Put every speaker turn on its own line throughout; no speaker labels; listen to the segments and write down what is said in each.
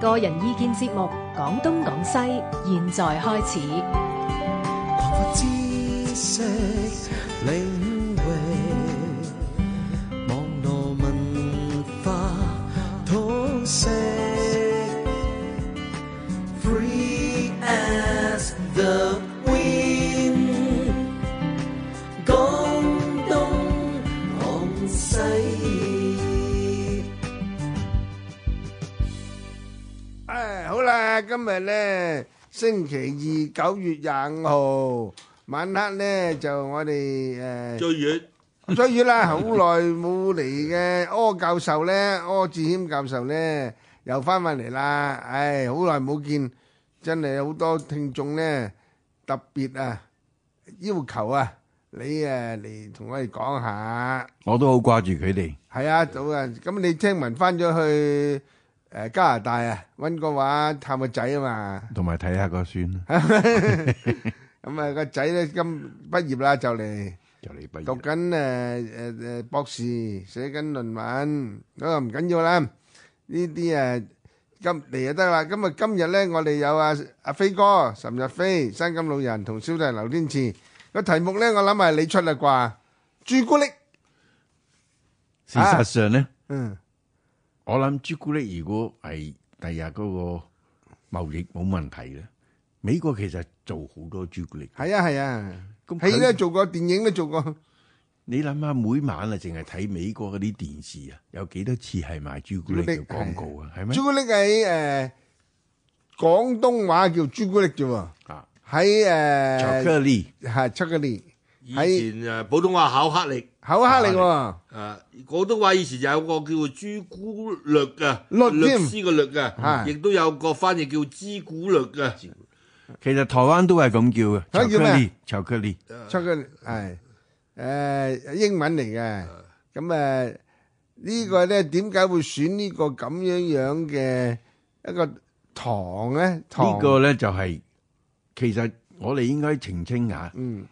個人意見節目《講東講西》，現在開始。
擴闊知識領域，網絡文化通識，free as the wind。講東講西。
诶，好啦，今日咧星期二九月廿五號晚黑咧就我哋诶
最遠
所以啦，好耐冇嚟嘅柯教授咧，柯志谦教授咧又翻返嚟啦。唉，好耐冇見，真係好多聽眾咧特別啊要求啊，你誒嚟同我哋講下。
我都好掛住佢哋。
係啊，早啊！咁你聽聞翻咗去誒、呃加拿大啊，温哥華探個仔啊 嘛。
同埋睇下個孫啦，
咁啊個仔咧今畢業啦，就嚟
就嚟畢
讀
業啦。
緊誒誒誒博士，寫緊論文。咁啊唔緊要啦，呢啲誒今嚟就得啦。咁啊今日咧，我哋有啊阿飛哥、岑日飛、山金老人同小弟劉天賜。個題目咧，我諗係你出啦啩，朱古力。
事實上咧，
嗯，
我諗朱古力如果係第日嗰個貿易冇問題咧，美國其實做好多朱古力。
係啊係啊。
咁
戲
佢
咧做過，電影都做過。
你諗下，每晚啊，淨係睇美國嗰啲電視啊，有幾多次係賣朱古力嘅廣告啊？係
朱
咩？
古力喺誒廣東話叫朱古力啫喎，
啊，
ờ,
巧
喺誒
克力
係巧克力，
以
喺
前誒普通話考黑力，
口黑嚟喎，
誒啊廣東話以前有個叫做朱古力嘅
律添
律師嘅律
係
嘅，亦都有個翻譯叫朱古力啊嘅，
其實台灣都係咁叫嘅，
台灣
巧
叫咩
克
啊
力，巧克力。
巧克力係誒英文嚟嘅。咁誒呢個咧點解會選呢個咁樣樣嘅一個糖咧？糖
呢個咧就係、其實我哋應該澄清下，
嗯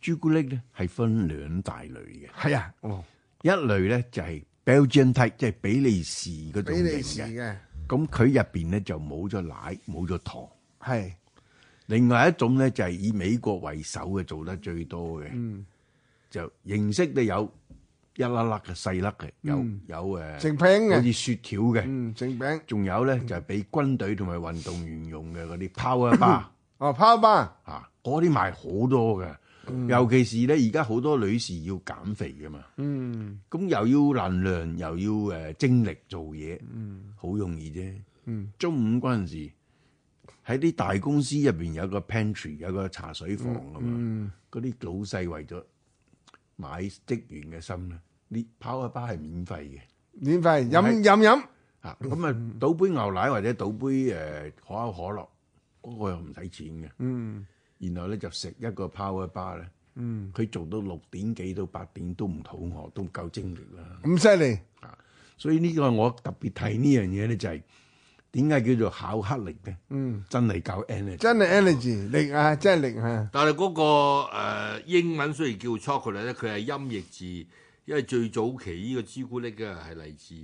朱古力咧係分兩大類嘅，
係啊，哦
一類咧就係、Belgian type，即係比利時嗰種
比利
型
時
嘅，
嘅
咁佢入邊咧就冇咗奶冇咗糖。
係
另外一種咧就係、以美國為首嘅做得最多嘅，
嗯
就形式都有一粒粒嘅細粒嘅，有、有誒，
成片嗯嘅
好似雪條嘅，
嗯成餅
仲、有咧就係、俾軍隊同埋運動員用嘅 嗰啲 power bar。
哦泡吧
啊，嗰啲賣好多嘅，尤其是咧而家好多女士要減肥噶嘛，
嗯
咁又要能量又要誒、呃精力做嘢，
嗯
好、容易啫。中午嗰陣時喺啲大公司入邊有個 pantry 有個茶水房啊
嗯
嘛，嗰啲、老細為咗買職員嘅心咧，你跑下巴係免費嘅。
免費飲飲飲
啊，
嗯
咁啊，倒杯牛奶或者倒杯誒、呃可口可樂，嗰、個又唔使錢嘅。
嗯
然後咧就食一個 power bar 咧，
嗯
佢做到六點幾到八點都唔肚餓，都夠精力啦。
咁犀利。
所以呢個我特別提呢樣嘢咧，就係點解叫做考克力咧？
嗯，
真係搞 energy，
真係 energy 力啊，真係力啊，
但係嗰、個、呃、英文雖然叫 chocolate 咧，佢係音譯字，因為最早期呢個朱古力嘅係嚟自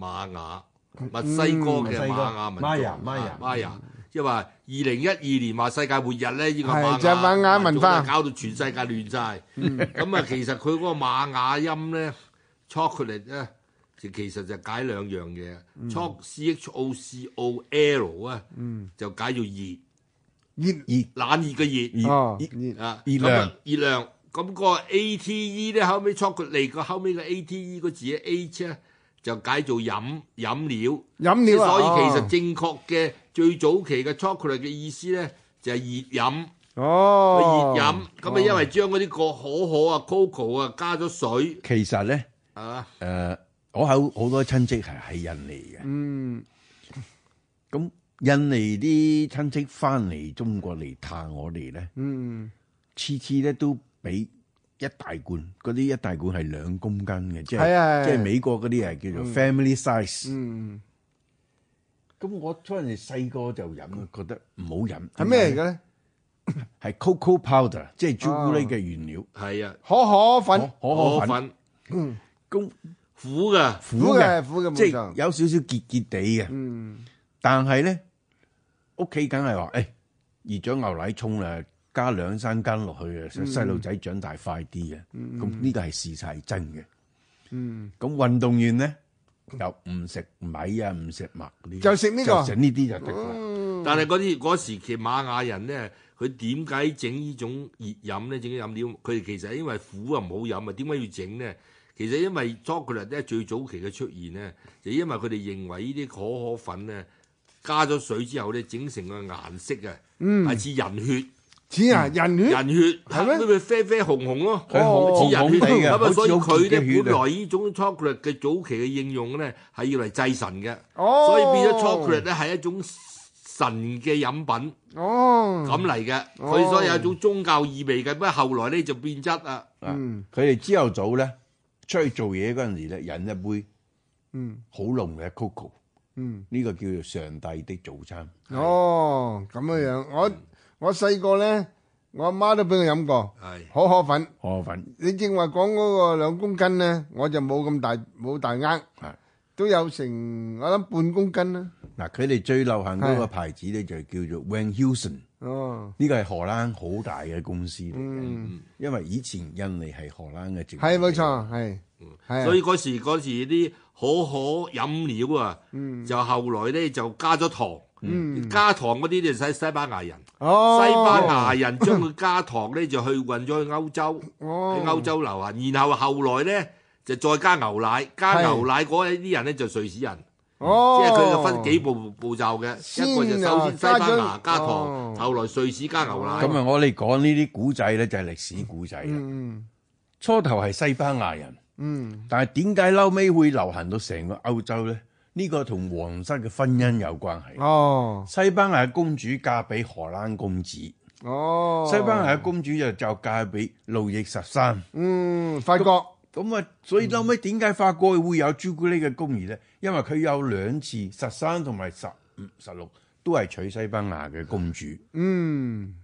瑪雅墨西哥嘅瑪雅民族。啊
瑪雅瑪雅
瑪雅，即係話二零一二年話世界末日咧，呢、個
係
瑪雅
就係瑪雅文化
民族咧搞到全世界亂晒。咁啊，其實佢嗰個瑪雅音咧，chocolate 咧。就其實就解兩樣嘢，choc c h o c o l 啊，就解做熱，
熱
熱
冷熱嘅熱，
哦
熱
熱
啊，
熱
咁
量
啊熱量。咁個 ATE 咧，後尾 chocolate 個後尾個 ATE 個字咧 H 咧就解做飲飲料，
飲料啊，
所以其實正確嘅最早期嘅 chocolate 嘅意思咧就係熱飲，熱
哦
飲。咁
Ờ.
啊，因為將嗰啲個可可啊、coco 啊加咗水
其實咧，誒、
啊，
我有好多親戚係喺印尼嘅，
嗯
咁印尼啲親戚翻嚟中國嚟探我哋咧，
嗯
次次咧都俾一大罐，嗰啲一大罐係兩公斤嘅，即
係啊係啊
係即係美國嗰啲係叫做 family size。
嗯，
咁我嗰陣時細個就飲，覺得唔好飲。
係咩嚟嘅咧？
係 cocoa powder，即
哦
à.
係朱古力嘅原料，
係啊，
可可粉
可可
可
粉。
粉
咁
苦噶，
苦嘅苦嘅
即
冇錯，
係有少少結結地嘅。
嗯
但係咧，屋企梗係話，诶、熱咗牛奶沖啦，加兩三羹落去啊，細路仔長大快啲嘅。咁呢個係事實係真嘅。
嗯，
咁運動員咧又唔食米啊，唔食麥呢啲，
就食呢個
就食呢啲就得啦。
但係嗰啲嗰時期瑪雅人咧，佢點解整呢種熱飲咧？整啲飲料，佢哋其實因為苦啊唔好飲啊，點解要整咧？其實因為 chocolate 咧最早期嘅出現咧，就因為佢哋認為呢啲可可粉咧加咗水之後咧，整成個顏色啊，
嗯
係似人血。
似啊人血
人血
係咩
黑咪啡啡紅紅咯，
佢紅
似人
紅紅地
血
嘅
咁
哦好
啊，
似
所以
好
佢
熱
咧
嘅血啊
本來呢種 chocolate 嘅早期嘅應用咧係要嚟祭神嘅，
哦，
所以變咗 chocolate 咧係一種神嘅飲品
哦
咁嚟嘅，
哦
佢所以有一種宗教意味嘅，不過後來咧就變質啦。
啊
嗯
佢哋朝頭早咧出去做嘢嗰陣時咧，飲一杯
嗯
好濃嘅 coco，
嗯。
呢個叫做上帝的早餐。
哦，咁樣樣，我我細個咧，我阿媽都俾我飲過
係
可可粉。
河粉
你正話講嗰個兩公斤咧，我就冇咁大冇大呃
係，
都有成我諗半公斤啦。
嗱，佢哋最流行嗰
係
個牌子咧就叫做 Van Heusen，
哦，
呢個係荷蘭好大嘅公司
Ừ.
嚟嘅，
嗯，
因為以前印尼係荷蘭嘅殖民地
係冇錯，係係啊。
所以嗰時嗰時啲可可飲料啊，就後來咧就加咗
Ừ.
糖，加糖嗰啲就係西班牙人，
哦，
西班牙人將佢加糖咧就去運咗去歐洲。喺歐
哦，
洲流行，然後後來咧就再加牛奶，加
係
牛奶嗰啲人咧就瑞士人，即
哦，
係佢就分幾步步驟嘅，一個就
先
首
啊
先西班
加
牙
咗
加糖
哦，
後來瑞士加牛奶，
咁啊，我哋講呢啲古仔咧就係歷史古仔啦。
嗯
初頭係西班牙人，
嗯
但係點解嬲尾會流行到成個歐洲咧？呢個同皇室嘅婚姻有關係
嗯，。哦
西班牙公主嫁俾荷蘭公子，西
哦，
班牙公主就就嫁俾路易十三。
Ừ. 嗯法國
咁啊，所以嬲尾點解法國會有朱古力嘅工業咧？因為佢有兩次十三同埋十五、十六都係娶西班牙嘅公主，
Ừ. 嗯，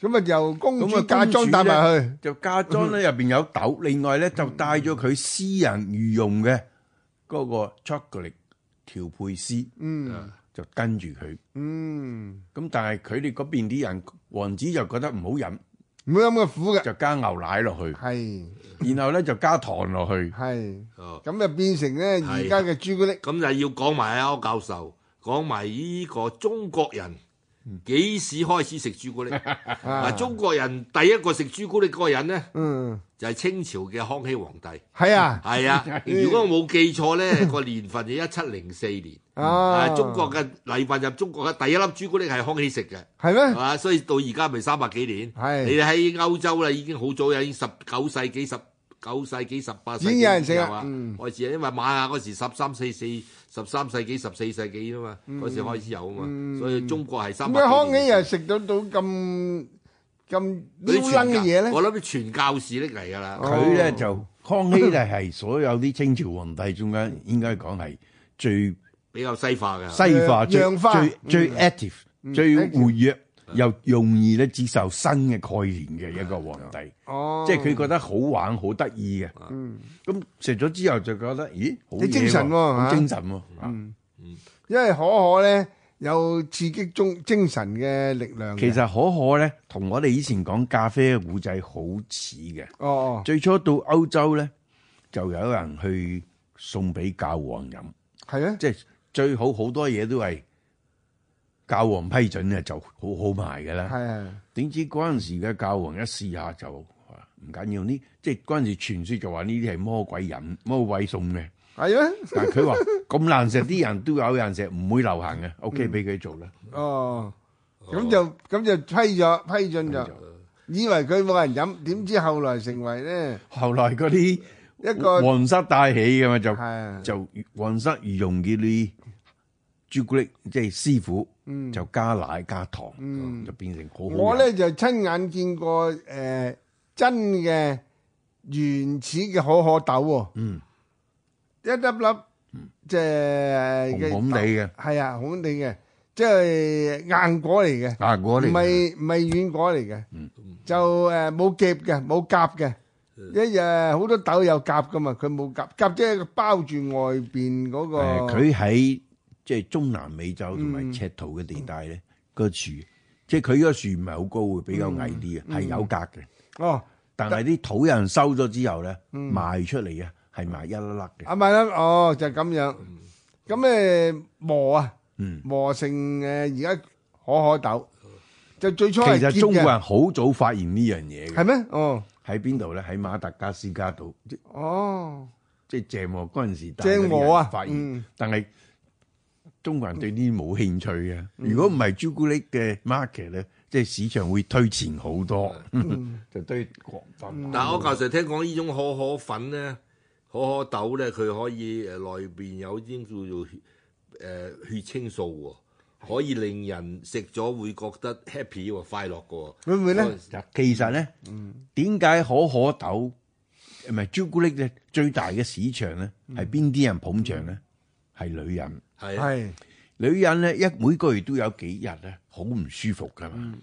咁啊由公
咁
主
啊
嫁妝帶埋去。
就嫁妝咧入邊有 豆，另外咧就帶咗佢私人御用嘅嗰個 chocolate 調配師，啊
嗯
就跟住佢。
Ừ. 嗯，
咁但係佢哋嗰邊啲人王子就覺得唔好飲，
唔好飲咁苦嘅，
就加牛奶落去，
係
然後咧就加糖落去。
係
哦
咁就變成咧
係
而家嘅朱古力。
咁就要講埋阿歐教授，講埋呢個中國人幾時開始食朱古力？
啊
嗱，中國人第一個食朱古力嗰個人咧，
嗯，
就係清朝嘅康熙皇帝。
係啊，
係啊，如果我冇記錯咧，個年份就一七零四年。
啊
啊，中國嘅禮物入中國嘅第一粒朱古力係康熙食嘅，
係
係
咩？
嘛？所以到而家咪三百幾年。
嗯係
你哋喺歐洲啦，已經好早有，已經十九世紀、十九世紀、十八世紀
已經有人食啦
有啊
嗯
開始啊，因為瑪雅嗰時十三四四、十三世紀、十四世紀啊
嗯
嘛，嗰時開始有啊嘛，所以中國係三
點
百
解嗯
幾
康熙
年
又食到到咁咁
嗰啲傳
撩楞嘅嘢
教
咧？
我諗啲傳教士拎嚟㗎啦。
佢
哦
咧就康熙咧係所有啲清朝皇帝中間應該講係最
比較西化嘅。
西化、
洋呃
最
洋化嗯
最最 active、最
active
活躍，又容易咧接受新嘅概念嘅一個皇帝，
哦，
即係佢覺得好玩、好得意嘅。
嗯
咁食咗之後就覺得，咦，好
你精神
嘢
喎
好
嚇嗯
精神喎。啊
因為可可咧有刺激中精神嘅力量嘅。
啊其實可可咧同我哋以前講咖啡嘅古仔好似嘅。
哦，
最初到歐洲咧，就有人去送俾教皇飲。
係啊，
即係最好好多嘢都係教皇批准嘅就好好賣嘅啦。
係啊，
點知嗰陣時嘅教皇一試下就啊唔緊要呢，即係嗰陣時傳説就話呢啲係魔鬼飲魔鬼送嘅，
係咩？
但係佢話咁難食啲人都有人食，唔會流行嘅。OK，俾佢做啦。
哦，咁就咁就批咗批准咗，以為佢冇人飲，點知後來成為咧
後來嗰啲
一個係
皇室帶起嘅嘛，就
啊
就皇室御用嘅啲朱古力，即係師傅
嗯
就加奶加糖，
嗯
就變成好好飲。
我咧就親眼見過誒、呃真嘅原始嘅可可豆喎、
嗯
一粒粒即係
紅紅地嘅，
係啊，紅紅地嘅，即係硬果嚟嘅，
啊，我
唔
哋。
係唔係軟果嚟嘅，就誒冇夾嘅，冇夾嘅，一日好多豆有夾噶嘛，佢冇夾，夾即係包住外邊嗰、個。
誒佢喺即係中南美洲同埋
嗯
赤道嘅地帶咧，個樹即係佢個樹唔係好高嘅，比
嗯
較矮啲嘅，係有格嘅。
哦，
但係啲土有人收咗之後咧，
嗯
賣出嚟嘅係賣一粒粒嘅。
阿曼啦，哦就係咁、樣。咁誒磨啊，
嗯，
磨成誒而家可可豆，就最初
其
係
實
結
中國
嘅，
人好早發現呢樣嘢嘅
係，咩？哦
喺邊度咧？喺馬達加斯加島，即
哦，
即係鄭和嗰陣時，
鄭和啊
發現
嗯，
但係中國人對呢啲冇興趣嘅。如果唔係朱古力嘅 market 咧，即係市場會推前好多， 就對國品
但係我教授聽講呢種可可粉咧、可可豆咧，佢可以誒內邊有啲叫做血誒、血清素喎，可以令人食咗會覺得 happy 喎、快樂嘅喎。
會唔會咧？
嗱，其實咧，點解可可豆唔係朱古力嘅最大嘅市場咧？係邊啲人捧場咧？係女人，
係啊
係
女人咧一每個月都有幾日咧好唔舒服噶嘛。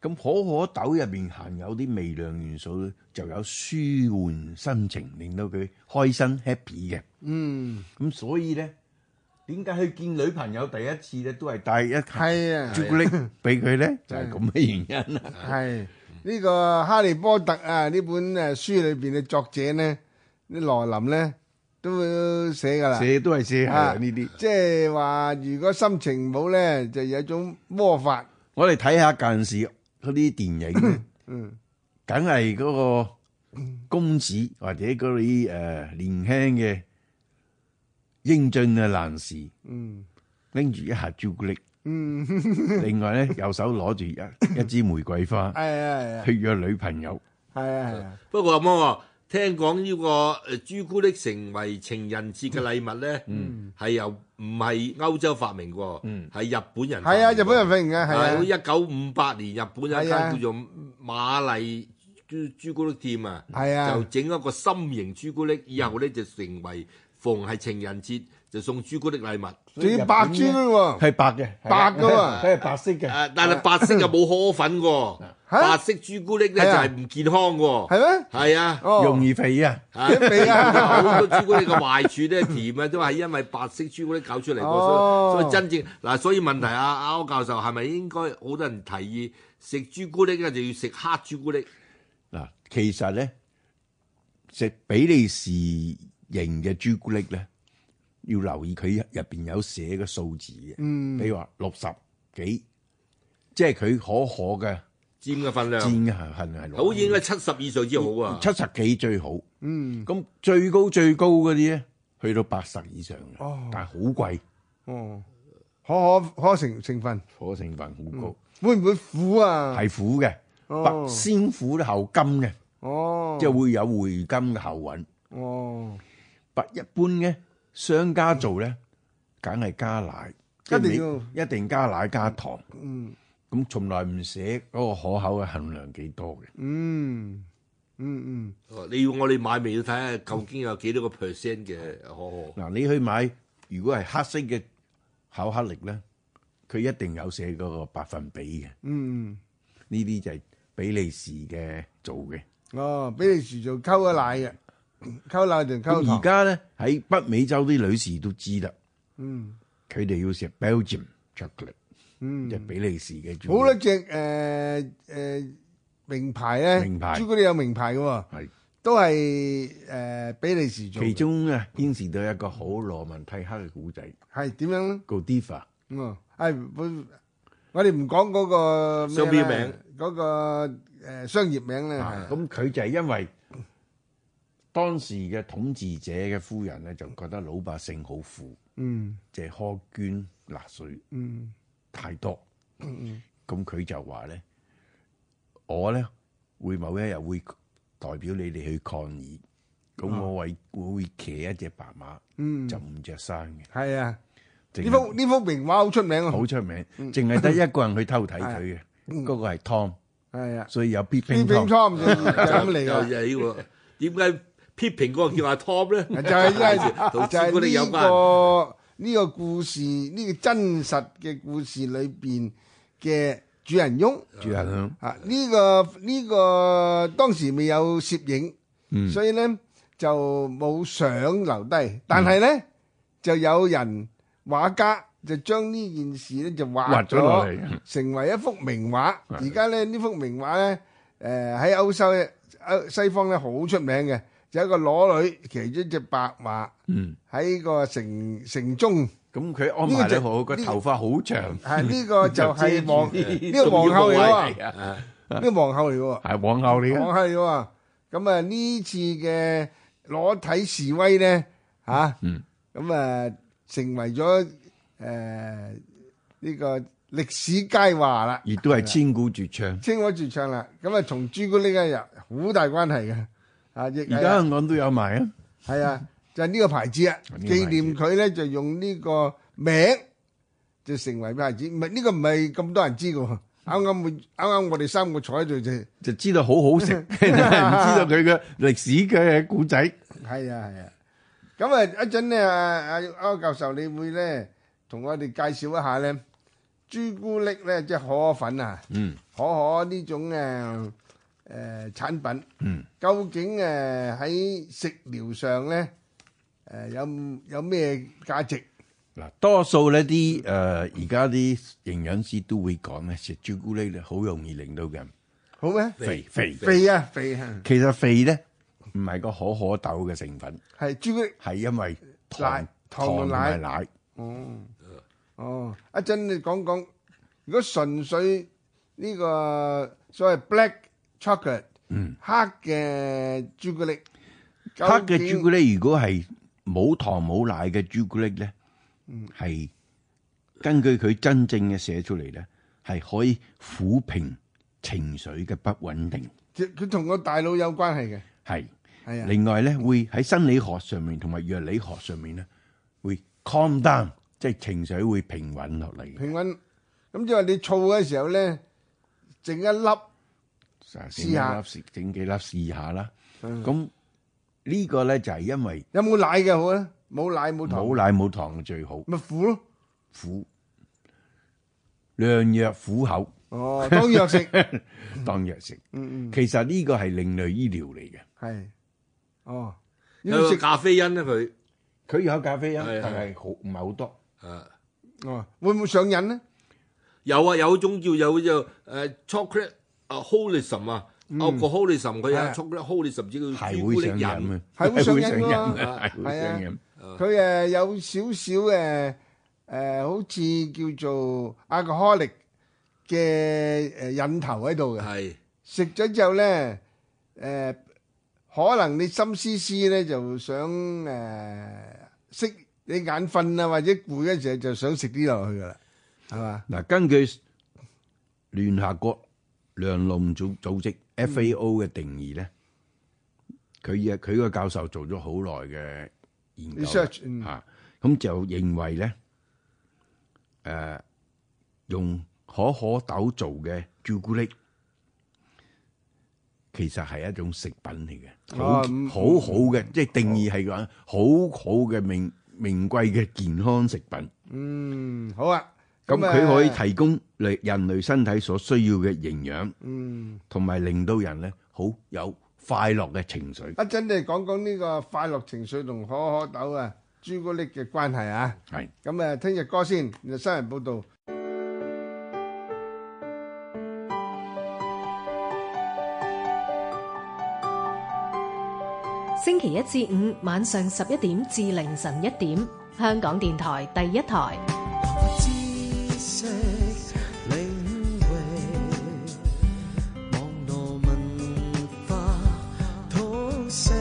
咁可可豆入邊含有啲微量元素咧，就有舒緩心情，令到佢開心 happy 嘅。
嗯
咁所以咧，點解佢見女朋友第一次咧都係帶一盒
係啊
朱古力俾佢咧？就係咁嘅原因啦。
係呢個《哈利波特》啊呢本誒書裏邊嘅作者咧，啲羅琳咧都寫噶啦。
寫都係寫係啦
啊
呢啲。
即係話，如果心情唔好咧，就有一種魔法。
我哋睇下近時嗰啲電影咧，
嗯，
梗係嗰個公子或者嗰啲诶年輕嘅英俊嘅男士，
嗯
拎住一盒朱古力，
嗯，
另外咧右手攞住 一一支玫瑰花
係啊
去約女朋友。
係啊係啊係啊，
不過咁喎，聽講呢個誒朱古力成為情人節嘅禮物咧，係、
嗯
由唔係歐洲發明嘅喎，係、日本人發明
係
嘅
啊，
喎。
日本人發現嘅係
係
啊
一九五八年日本有一
係
間
啊
叫做馬麗朱朱古力店啊，
係啊
就整一個心形朱古力，以後咧就成為逢係情人節就送朱古力禮物。
仲要白珠喎，
係白嘅，
白㗎喎
佢係白色嘅。
啊，但係白色就冇可可粉喎，
嚇
白色朱古力咧
係
就
啊
係唔健康喎。
係咩？
係啊，
哦，
容易肥啊！
啊
一味啊
好多朱古力嘅壞處咧，甜啊都係因為白色朱古力搞出嚟喎，
哦
所以所以真正嗱，所以問題啊，阿歐教授係咪應該好多人提議食朱古力咧就要食黑朱古力？
嗱，其實咧食比利時型嘅朱古力咧，要留意佢入邊有寫嘅數字嘅，
嗯
比如話六十幾，即係佢可可嘅
佔嘅份量，
煎嘅係係
好
六
似應該七十以上至好啊。
七十幾最好。
嗯，
咁最高最高嗰啲咧，去到八十以上嘅，
哦
但係好貴，
哦，可可可成成分
可成分好高，
會唔會苦啊？
係、苦嘅，
哦
白先苦後甘嘅，
哦，
即係會有回甘嘅後韻。
哦，
不一般嘅商家做咧，梗係加奶，
一定
一定加奶加糖，
嗯
咁從來唔寫嗰個可口嘅含量幾多嘅。
嗯嗯
哦你要我哋買嚟要睇下究竟有幾多個 percent 嘅哦可可。
嗱，你去買，如果係黑色嘅巧克力咧，佢一定有寫嗰個百分比嘅。
嗯嗯，
呢啲就係比利時嘅做嘅。
哦，比利時就溝咗奶嘅，溝奶定溝
咁
糖
而？家咧喺北美洲啲女士都知啦，
嗯
佢哋要食 Belgium chocolate，
嗯
即。係比利時嘅朱
好
古
多
力。
隻誒誒名牌咧，
名牌
朱古力有名牌嘅喎，
係。
都係呃誒、比利時做嘅，
其中啊，牽涉到一個好羅文蒂克嘅古仔
係點樣咧？
，Godiva。
嗯，係本我哋唔講嗰個咩
商
啦
標名，啊
嗰、個、呃、商業名咧，係啊
咁佢就係因為當時嘅統治者嘅夫人咧，就覺得老百姓好苦，
嗯
即係苛捐納税
嗯
太多。咁佢就話咧，我咧會某一日會代表你哋去抗議，咁我為我會騎一隻白馬，
哦嗯，
就唔着衫嘅。
係啊，呢
淨係
幅呢幅名畫好出名啊，
好出名，淨係得一個人去偷睇佢嘅，嗰嗯個係 Tom，
係啊，
所以有 Big
呢
Bang
冰
Tom。
倉就就咁 嚟
又
㗎。
係呢個點解批評嗰個叫阿 Tom 咧？
就係因為
同
就
朱古力有
係呢
關。
個呢個故事呢、個真實嘅故事裏邊嘅主人翁
主人
啊，呢、個呢、個當時未有攝影，所以咧就冇相留低，但係咧就有人畫家就將呢件事咧就畫
畫咗落嚟，
成為一幅名畫。而家咧呢幅名畫咧，誒喺歐洲咧歐西方咧好出名嘅，就有一個裸女騎咗只白馬
嗯，
喺個城城中。
咁佢安排得好，
呢個
個
就
頭髮好長，
係呢個就係皇呢個
仲
皇
要個
后嚟
位
喎，
係啊，
呢個皇后嚟喎。
係皇后嚟嘅，
講係喎，咁啊呢次嘅裸體示威咧嚇，啊
嗯
咁啊成為咗誒呢個歷史佳話啦，
亦都係啊千古絕唱。
清我絕唱啦，咁啊同朱古力嘅有好大關係嘅，啊亦
而
係
家
啊
香港都有埋啊，
係啊，就係呢個牌子啊，
呢個牌子
紀念佢咧就用呢個名就成為牌子，唔係呢個唔係咁多人知嘅喎，啱啱會啱啱我哋三個坐喺度就係
就知道好好 食，但係唔知道佢嘅歷史嘅古仔。
啊係啊，咁啊一陣咧，阿阿歐教授你會咧同我哋介紹一下咧，朱古力咧即係可可粉啊，
嗯，
可可呢種誒誒產品，
嗯，
究竟誒喺食療上咧誒有有咩價值？
嗱，多數呢啲誒呃而家啲營養師都會講咧，食朱古力咧好容易令到人
好咩？
肥肥。
肥啊肥啊，
其實肥咧唔係個可可豆嘅成分，
係朱古力
係因為
奶
糖
糖
糖
同
同
奶
埋奶。
哦。一陣你講講，如果純粹呢個所謂 black chocolate。
嗯，
黑嘅朱古力，
黑嘅朱古力如果係冇糖冇奶嘅朱古力咧，係根據佢真正嘅寫出嚟咧，係可以撫平情緒嘅不穩定。
力，佢同個大腦有關係嘅，
係，
係啊，
另外咧會喺生理學上面同埋藥理學上面咧會 calm down，即係情緒會平穩落嚟。
平穩。咁即係話你燥嘅時候咧，整一粒
整
試下
幾粒試整幾粒試下啦。咁呢個咧就係因為
有冇奶嘅好咧？冇奶冇糖，
冇奶冇糖嘅最好，
咪苦咯。
苦良藥苦口
哦，當藥食，
當藥食。
嗯嗯，
其實呢個係另類醫療嚟嘅，
係，哦，要
有個
食
咖啡因咧啊佢，
佢有咖啡因，
係
但係好唔係好多。
誒
哦，會唔會上癮咧？
有啊有一種叫有叫誒 chocolate 啊 holism 啊 alcoholism 佢
嗯係
有
啊
chocolate holism 即叫
係
朱古
會
力
上癮
癮
嘅，
係會上
會
癮㗎嘛
嘅係會上癮。
佢誒有少少誒誒，好似叫做 alcoholic ờ, 嘅誒引頭喺
啊
度嘅。
係
食咗之後咧，誒、可能你心思思咧就想誒、識你眼瞓啊，或者攰嘅時候就想食啲落去噶啦，係嘛？
嗱，根據聯合國糧農組組織 FAO 嘅定義咧，佢嘅佢個教授做咗好耐嘅研究啦
Research，嗯
嚇，咁、就認為咧，誒、à, 用可可豆做嘅朱古力。其實係一種食品嚟嘅，好
哦嗯
好好嘅，即係定義係講好好嘅名名貴嘅健康食品。
ừ, 嗯，好啊。
咁
啊
佢可以提供類人類身體所需要嘅營養，
Ừ. 嗯，
同埋令到人咧好有快樂嘅情緒。
一陣你講講呢個快樂情緒同可可豆啊、朱古力嘅關係啊。
係
咁啊，聽日歌先，然後新人報道。
星期一至五晚上十一點至凌晨一點，香港電台第一台。
知識領域，網絡文化通識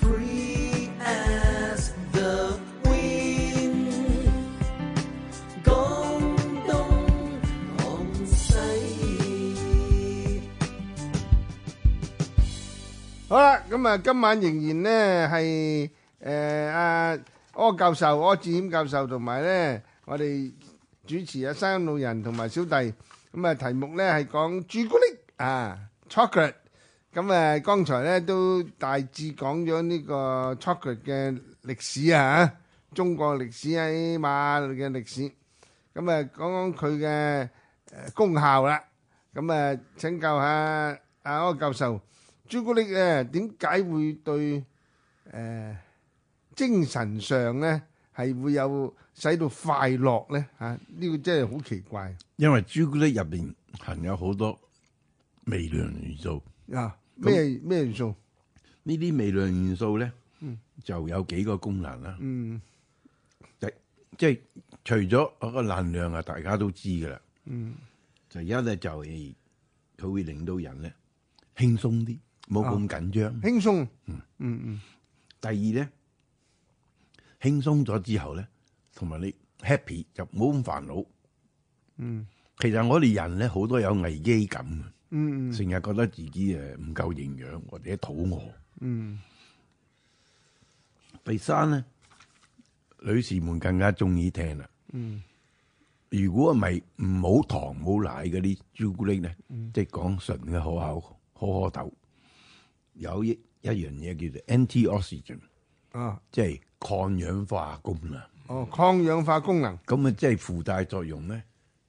，free as the wind，廣東廣西。
好啦，咁啊，今晚仍然咧係誒阿柯教授、柯志謙教授同埋咧，我哋主持啊三老人同埋小弟，咁啊題目咧係講朱古力啊 chocolate，咁啊剛才咧都大致講咗呢個 chocolate 嘅歷史啊，中國歷史喺馬嘅歷史，咁啊講講佢嘅誒功效啦，咁啊請教下阿柯教授，朱古力咧點解會對誒、呃精神上咧係會有使到快樂咧嚇？啊呢、個真係好奇怪
因為朱古力入邊含有好多微量元素，
啊！咩咩元素？
呢啲微量元素咧、就有幾個功能啦。
嗯
第即係除咗嗰個能量啊，大家都知噶啦。
嗯，
就一咧就係佢會令到人咧輕鬆啲，冇咁
啊
緊張。
輕鬆。嗯嗯
第二咧，輕鬆咗之後咧，同埋你 happy 就冇咁煩惱。
嗯
其實我哋人咧好多有危機感嘅，
嗯嗯
成日覺得自己誒唔夠營養或者肚餓。
嗯
第三咧，女士們更加中意聽啦。
嗯
如果唔係唔好糖冇奶嗰啲朱古力咧，即係講純嘅可口可可豆，有一一樣嘢叫做 antioxidant，
啊
即係抗氧化功能。
哦，抗氧化功能。
咁啊，即係附帶作用咧，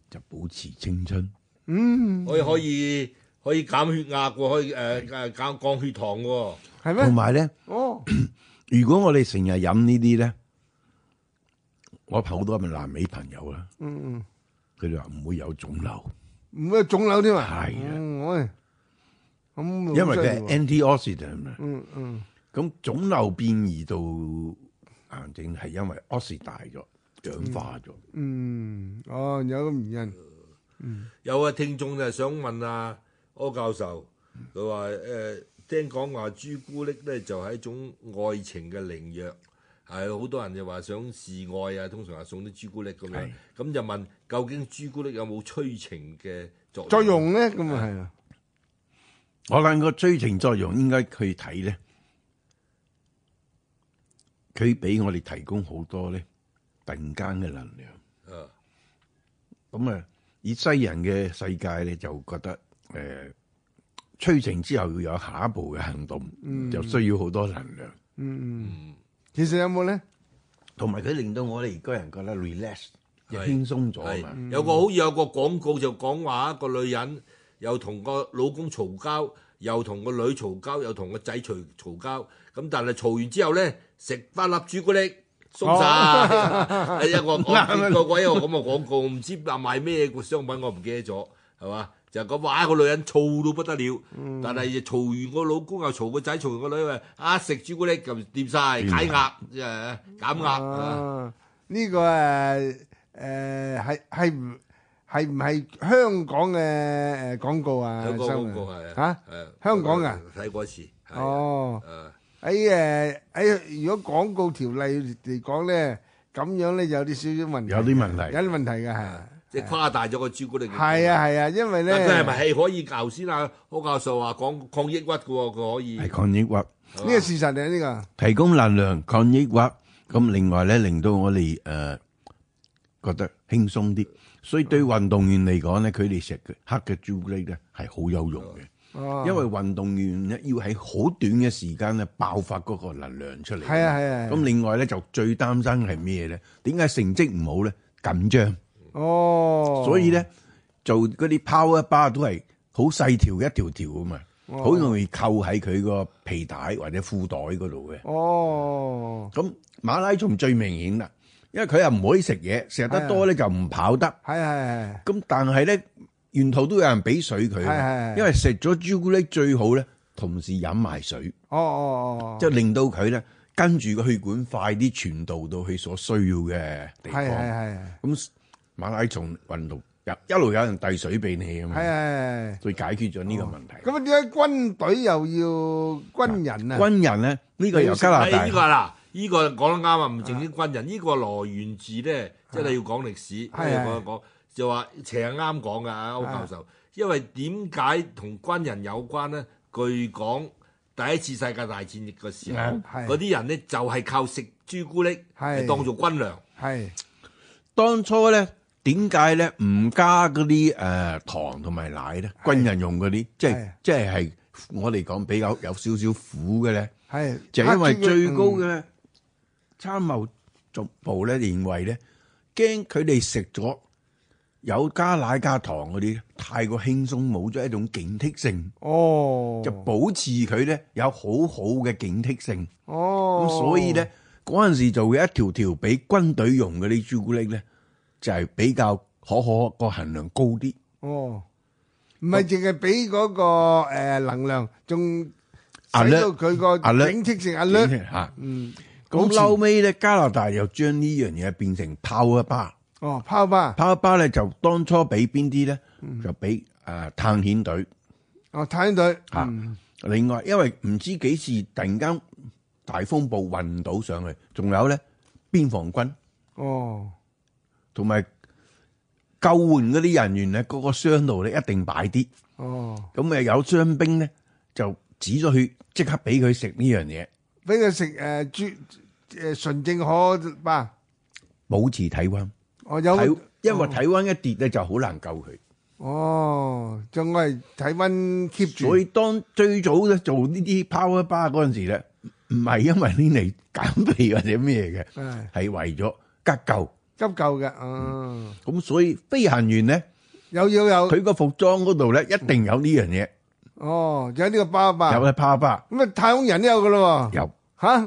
就保持青春。
嗯，
可以可以可以減血壓喎，可以誒誒減降血糖喎。
係
同
咩？
埋咧，
哦，
如果我哋成日飲呢啲咧，我好多咪南美朋友啦，
嗯嗯，
佢哋話唔會有腫瘤，
唔會有腫瘤添啊？
係啊
嗯喂，咁因
因為佢係 antioxidant 啊。
嗯嗯。
咁腫瘤變異到癌症係因為 oxy 大咗、氧化咗。
嗯，哦，有咁原因，
有啊，聽眾就想問啊，柯教授，佢話誒聽講話朱古力咧就係一種愛情嘅靈藥，係好多人就話想示愛啊，通常係送啲朱古力咁樣
係，
咁就問究竟朱古力有冇催情嘅作
作用咧咁啊係啊，
我諗個催情作用應該佢睇咧，佢俾我哋提供好多咧突然間嘅能量。
啊？
咁啊，以西人嘅世界咧，就覺得誒、呃催情之後要有下一步嘅行動，
嗯
就需要好多能量，
嗯嗯，其實有冇咧？
同埋佢令到我哋個人覺得 relax，又
係
輕鬆咗啊
係
嘛。
有個好似有個廣告就講話一個女人又同個老公嘈交，又同個女嘈交，又同個仔嘈嘈交。咁但係嘈完之後咧，食翻粒朱古力鬆晒。係一個我見過一個咁嘅廣告，唔知賣咩商品，我唔記得咗，係嘛？就係講話一個女人燥到不得了，但係嘈完個老公又嘈個仔，嘈完個女話啊食朱古力就掂晒，解壓誒減壓。
Ờ.
啊
啊，呢個誒誒係係唔係唔係香港嘅誒廣告啊？
香港
收
廣
啊
告係
嚇，香港㗎
睇過一次，係啊
哦。
誒
喺誒喺如果廣告條例嚟講咧，咁樣咧有啲少少問題，
有啲問題
有啲問題嘅係，
即係誇大咗個朱古力嘅功能。
係啊係啊，因為
但佢係
咧
咪係可以頭先啊？柯教授話講抗抑鬱嘅喎，佢可以
係抗抑鬱，
呢個事實嚟呢個。
提供能量抗抑鬱，咁另外咧令到我哋誒、呃、覺得輕鬆啲，所以對運動員嚟講咧，佢哋食嘅黑嘅朱古力咧係好有用嘅。
哦
因為運動員咧要喺好短嘅時間咧爆發嗰個能量出嚟。
係啊係啊係啊
咁另外咧就最擔心係咩咧？點解成績唔好咧？緊張，
哦，
所以咧做嗰啲 power bar 都係好細條一條條啊嘛，好容易扣喺佢個皮帶或者褲袋嗰度嘅。
哦，
咁馬拉松最明顯啦，因為佢又唔可以食嘢，食得
啊
多咧就唔跑得。
係係係。
咁但係咧，沿途都有人俾水佢
係係係
啊，因為食咗朱古力最好咧，同時飲埋水。
哦哦哦，
就令到佢咧跟住個血管快啲傳導到佢所需要嘅地
係係
方。
係
咁馬拉松運動有一路有人遞水俾你啊
係
嘛，
係
所以解決咗呢個問題。
咁啊？點解軍隊又要軍人啊？
軍人咧呢個由加拿
係呢個
大
啦，呢個講得啱啊！唔淨止軍人，呢個來源自咧，真係要講歷史，
係係啊
真係講一講就話成日啱講噶歐教授，因為點解同軍人有關咧？據講第一次世界大戰嘅時候，
啊係
嗰啲人咧就係靠食朱古力
係
嚟當做軍糧。
係
當初咧點解咧唔加嗰啲誒糖同埋奶咧？軍人用嗰啲即係
係
即係係我哋講比較有少少苦嘅咧。
係，
就係因為
黑朱古
最
力
高嘅參謀總部咧認為咧，驚佢哋食咗有加奶加糖嗰啲，太過輕鬆，冇咗一種警惕性，
哦，
就保持佢咧有好好嘅警惕性。
哦，
咁所以咧嗰陣時就會一條條俾軍隊用嘅呢朱古力咧，就係比較可可個含量高啲，
哦，唔係淨係俾嗰個诶能量，仲使到
Alert，
佢個
alert，
警惕性 alert，
嚇。
嗯，保
咁
持
後尾咧，加拿大又將呢樣嘢變成 power bar，power
哦，泡吧，
bar 咧就當初俾邊啲咧，
嗯
就俾誒探險隊
哦，探險隊，
嚇。另外，因為唔知幾時突然間大風暴運到上去，仲有咧邊防軍
哦，
同埋救援嗰啲人員咧，嗰個箱度咧一定擺啲。
哦，
咁誒有傷兵咧，就指咗佢，即刻俾佢食呢樣嘢，
俾佢食诶豬诶純正可吧，
保持體温。
我有嗯
體因為體温一跌咧，就好難救佢。
哦，將我係體温 keep 住，
所以當最早咧做呢啲 power bar 嗰陣時咧，唔係因為呢嚟減肥或者咩嘅，
係
係為咗急救。
急救嘅，嗯，
咁所以飛行員咧，
有要有，
佢個服裝嗰度咧一定有呢樣嘢，
哦，有呢個包吧，
有咧 power bar
咁啊太空人都有噶咯喎，
有。
吓，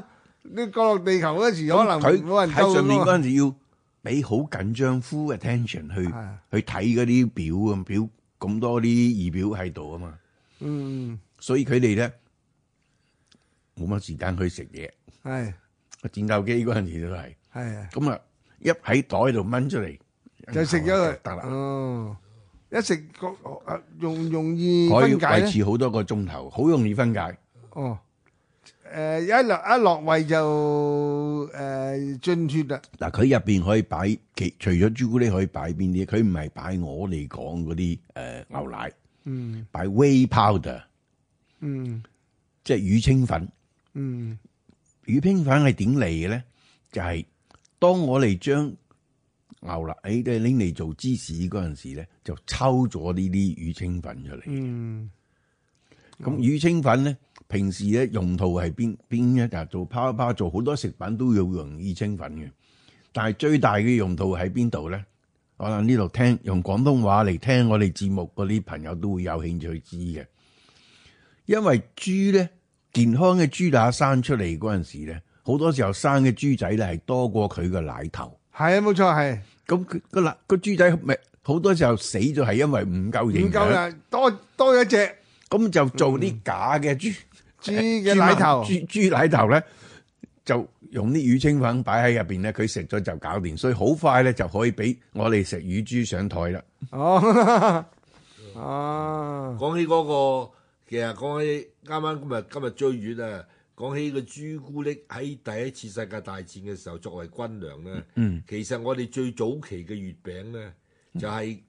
你降落地球嗰時可能
佢
啊冇人
喺
救
上面
㗎
嗰
嘛
陣時要俾好緊張 full attention 去
係
去睇嗰啲表咁表咁多啲儀表喺度啊嘛，
Ừ, 嗯，
所以佢哋咧冇乜時間去食嘢。
係
戰鬥機嗰陣時都係
係啊。
咁啊，一喺袋度掹出嚟啊
就食咗佢
得啦，
哦，一食個啊容容易
可以
分解
維
咧。
持好多個鐘頭，好容易分解。
哦，誒、一落一落胃就誒、進血啦。
嗱，佢入邊可以擺其除咗朱古力可以擺邊啲？佢唔係擺我哋講嗰啲誒牛奶，
嗯
擺 whey powder，
嗯
即係乳清粉。
嗯，
乳清粉係點嚟嘅咧？就係、當我哋將牛奶誒即係拎嚟做芝士嗰陣時咧，就抽咗呢啲乳清粉出嚟。
ừ. 嗯
咁乳清粉咧，平時咧用途係邊邊一？就做泡泡，做好多食品都要用乳清粉嘅。但係最大嘅用途喺邊度咧？可能呢度聽用廣東話嚟聽我哋節目嗰啲朋友都會有興趣知嘅，因為豬咧健康嘅豬乸生出嚟嗰陣時咧，好多時候生嘅豬仔咧係多過佢嘅奶頭。
係啊，冇錯係
咁佢個奶個豬仔咪好多時候死咗係因為唔夠營
唔夠
養，
啦，多多咗一隻
咁就做啲假嘅豬。
豬嘅奶頭。
豬豬奶頭咧就用啲乳清粉擺喺入邊咧，佢食咗就搞掂，所以好快咧就可以俾我哋食乳豬上台啦。
哦，啊，
講起嗰、個，其實講起啱啱今日今日追月啊，講起個朱古力喺第一次世界大戰嘅時候作為軍糧咧，嗯、其實我哋最早期嘅月餅咧就係、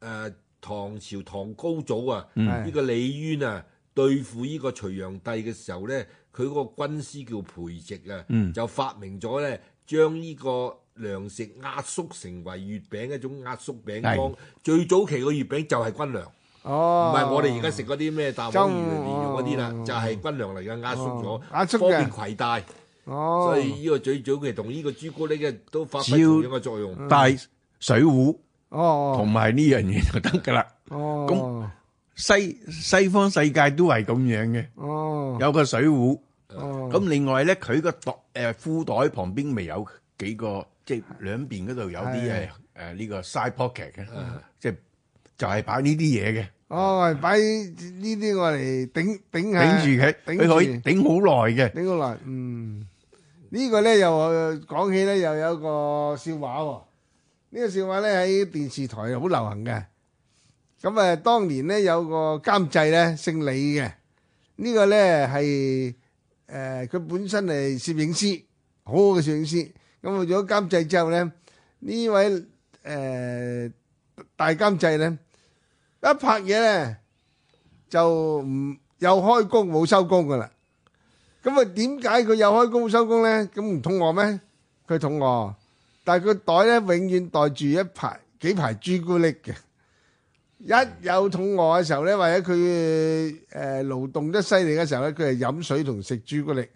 呃唐朝唐高祖啊，呢、個李淵啊對付呢個隋煬帝嘅時候咧，佢嗰個軍師叫裴植啊，就發明咗咧將呢個糧食壓縮成為月餅一種壓縮餅乾
係。
最早期嘅月餅就係軍糧。
哦，
唔係我哋而家食嗰啲咩蛋黃魚蓮蓉嗰啲啦
哦，
就係軍糧嚟嘅壓縮咗
哦，壓縮嘅
方便攜帶，
哦，
所以呢個最早期同呢個朱古力嘅都發揮
只要嗯
同樣嘅作用。
帶水壺
嗯哦
同埋呢樣嘢就得噶啦。
哦
咁西西方世界都係咁樣嘅，
哦
有個水壺。
哦
咁另外咧，佢個袋誒褲袋旁邊咪有幾個，即係兩邊嗰度有啲誒
係嗯
誒呢個 side pocket 嘅，即係就係擺呢啲嘢嘅。
哦，擺呢啲我嚟頂頂下，
頂住佢，
頂
佢可以
住
頂好耐嘅。
呢個啦，嗯，呢、個咧又呃講起咧又有一個笑話喎、呢、個笑話咧喺電視台好流行嘅。咁啊，當年咧有個監製咧姓李嘅，呢、個咧係誒佢本身係攝影師，好好嘅攝影師。咁做咗監製之後咧，呢位誒、呃大監製咧一拍嘢咧就唔又開工冇收工噶啦。咁啊，點解佢又開工收工咧？咁唔肚餓咩？佢肚餓，但係佢袋咧永遠袋住一排幾排朱古力嘅。一有肚餓嘅時候咧，或者佢誒、呃、勞動得犀利嘅時候咧，佢係飲水同食朱古力。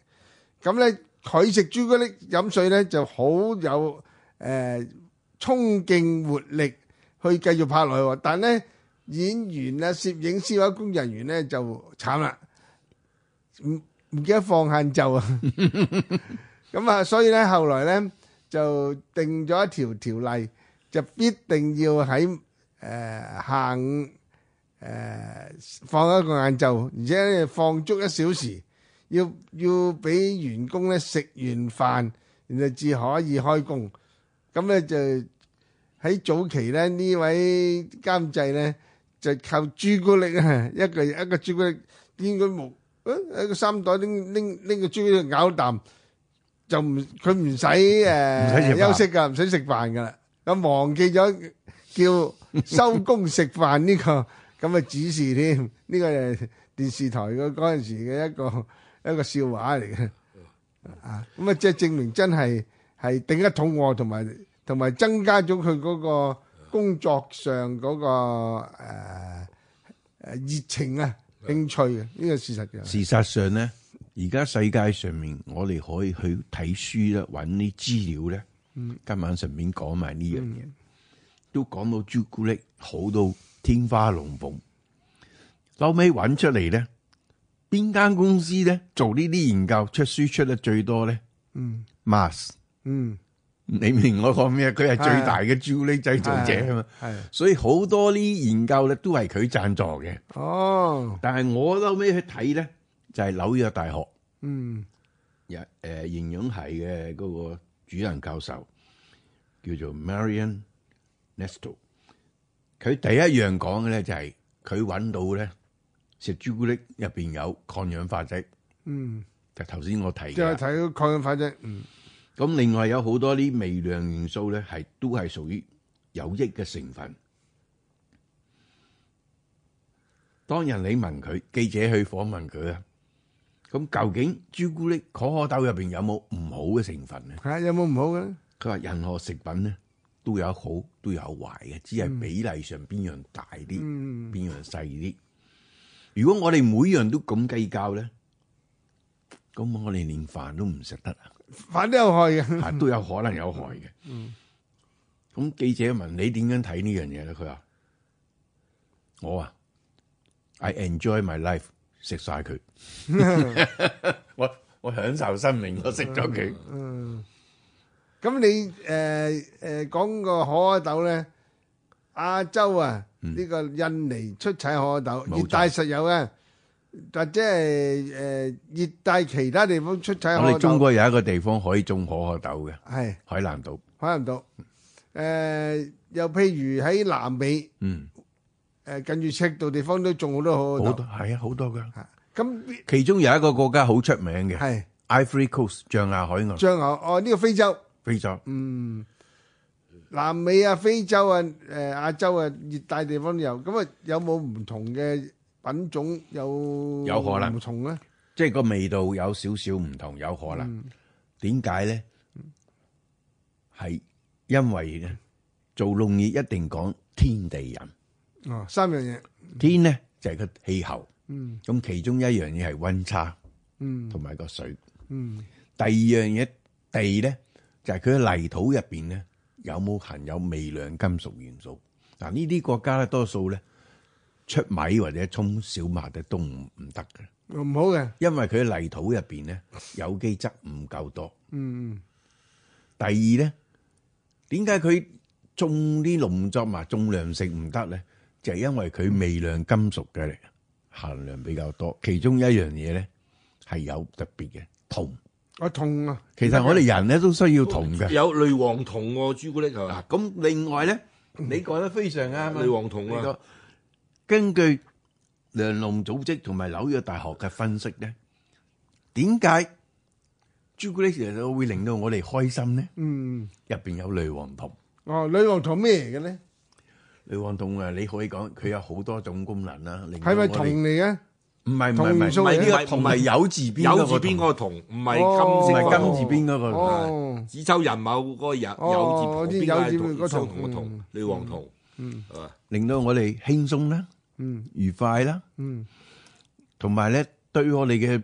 咁咧，佢食朱古力飲水咧就好有誒、呃、衝勁活力，去繼續拍落去喎。但咧演員啊、攝影師或者工作人員咧就慘啦，唔唔記得放限就啊。 咁啊，所以咧後來咧就定咗一條條例，就必定要喺誒、呃下午誒、呃放一個晏晝，而且咧放足一小時，要要俾員工咧食完飯，然後至可以開工。咁咧就喺早期咧呢位監製咧就靠朱古力啊， 一個一個朱古力見佢冇，誒一個衫袋拎拎拎個朱古力咬啖，就唔佢唔使
唔使
誒
食飯
休息噶，唔使食飯噶啦，咁忘記咗叫收工食飯呢個咁嘅指示添，呢個係電視台嗰嗰陣時嘅一個 一個笑話嚟嘅。啊，咁啊，即係證明真係係頂得肚餓，同埋同埋增加咗佢嗰個工作上嗰、個誒誒、呃呃熱情啊、興趣啊，呢個事實嘅。
事實上咧，而家世界上面我哋可以去睇書啦，揾啲資料咧。
嗯
今晚順便講埋呢樣嘢，都講到朱古力好到天花龍鳳。後尾揾出嚟咧，邊間公司咧做呢啲研究出書出得最多咧？
嗯
Mars，
嗯，
你明我講咩？佢係最大嘅朱古力製造者啊嘛，
係
所以好多呢啲研究咧都係佢贊助嘅。
哦，
但係我後尾去睇咧，就係、紐約大學。
嗯
日誒、呃、營養系嘅嗰個主任教授叫做 Marion Nesto，佢第一樣講嘅咧就係佢揾到咧食朱古力入邊有抗氧化劑，
嗯，
就頭先我提
即係
嘅。
睇到抗氧化劑，嗯
咁另外有好多啲微量元素咧，係都係屬於有益嘅成分。當人你問佢，記者去訪問佢啊，咁究竟朱古力可可豆入邊有冇唔好嘅成分咧？
嚇啊有冇唔好嘅咧？
佢話任何食品咧都有好都有壞嘅，只係比例上邊樣大啲，邊樣細啲。如果我哋每樣都咁計較咧，咁我哋連飯都唔食得啊！
反都有害嘅。
嚇都有可能有害嘅。咁記者問你點樣睇呢樣嘢咧？佢話：我啊，I enjoy my life，食晒佢。我我享受生命，我食咗佢。
咁你誒誒講個可可豆咧，亞洲啊，呢個印尼出產可可豆，
冇錯
熱帶實有嘅，或者係誒熱帶其他地方出產
我
可
哋
可
中
豆，
國有一個地方可以種可可豆嘅，
係
海南島。
海南島。誒又譬如喺南美
嗯，
誒近住赤道地方都種好多可
好
可
多
豆，
係啊，好多噶。
嚇咁
其中有一個國家好出名嘅
係
，Ivory Coast 象牙海岸，
象牙哦，呢個非洲。
非洲。
嗯，南美啊、非洲啊、誒、亞洲啊、熱帶地方都有，咁啊有冇唔同嘅品種有
有可能
唔同咧？
即係個味道有少少唔同，有可能。點解咧？係因為咧做農業一定講天地人，
哦，三樣嘢，
天咧就係個氣候，
嗯
咁其中一樣嘢係温差
嗯
同埋個水。
嗯
第二樣嘢地咧就係佢嘅泥土入邊咧有冇含有微量金屬元素。嗱呢啲國家咧多數咧出米或者沖小麥咧都唔唔得嘅，
唔好嘅，
因為佢嘅泥土入邊咧有機質唔夠多。
嗯
第二咧，點解佢種啲農作物、種糧食唔得咧？就係、因為佢微量金屬嘅含量比較多，其中一樣嘢咧係有特別嘅銅。
我痛啊，
其實我哋人咧都需要銅嘅。
有類黃酮喎，朱古力係
嗱
嘛？，
咁另外咧，你講得非常啱啊！
類黃酮
呢
啊
個，根據糧農組織同埋紐約大學嘅分析咧，點解朱古力其實會令到我哋開心咧？
嗯，
入邊有類黃酮。
哦，女王糖咩嚟嘅咧？
女黃酮啊，你可以講佢有好多種功能啦。令到
係咪
我哋
銅嚟嘅？
唔係唔係
同
唔
元
係
素
唔係
嚟
呢
嘅
個同係有字邊
有
嗰
字
個
邊
同
嗰個酮，唔
哦
係
唔
金色嗰個
係金
酮
字邊嗰個
哦，
子周人某嗰個有
哦
有字
我知
邊
有字邊
邊
嗰
個
同
同個
嗯
同類黃酮，
嗯
係嘛？
令到我哋輕鬆啦、
嗯
愉快啦，
嗯，
同埋咧對我哋嘅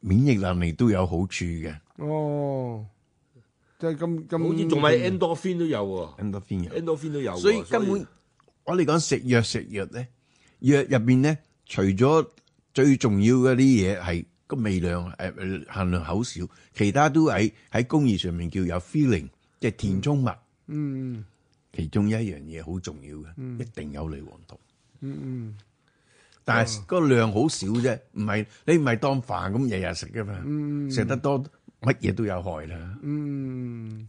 免疫能力都有好處嘅。
哦，就係咁咁，
好似仲係 endorphin 都有喎
咁多邊嘅，
，endorphin 都有喎，
所以根本我哋講食藥食藥咧，藥入邊咧，除咗最重要嗰啲嘢係個味量誒、誒限量口少，其他都喺喺工藝上面叫有 feeling，即係填充物。
嗯，
其中一樣嘢好重要嘅，一定有類黃酮。但係個量好少啫，唔係你唔係當飯咁日日食噶嘛，食得多乜嘢都有害啦。
嗯，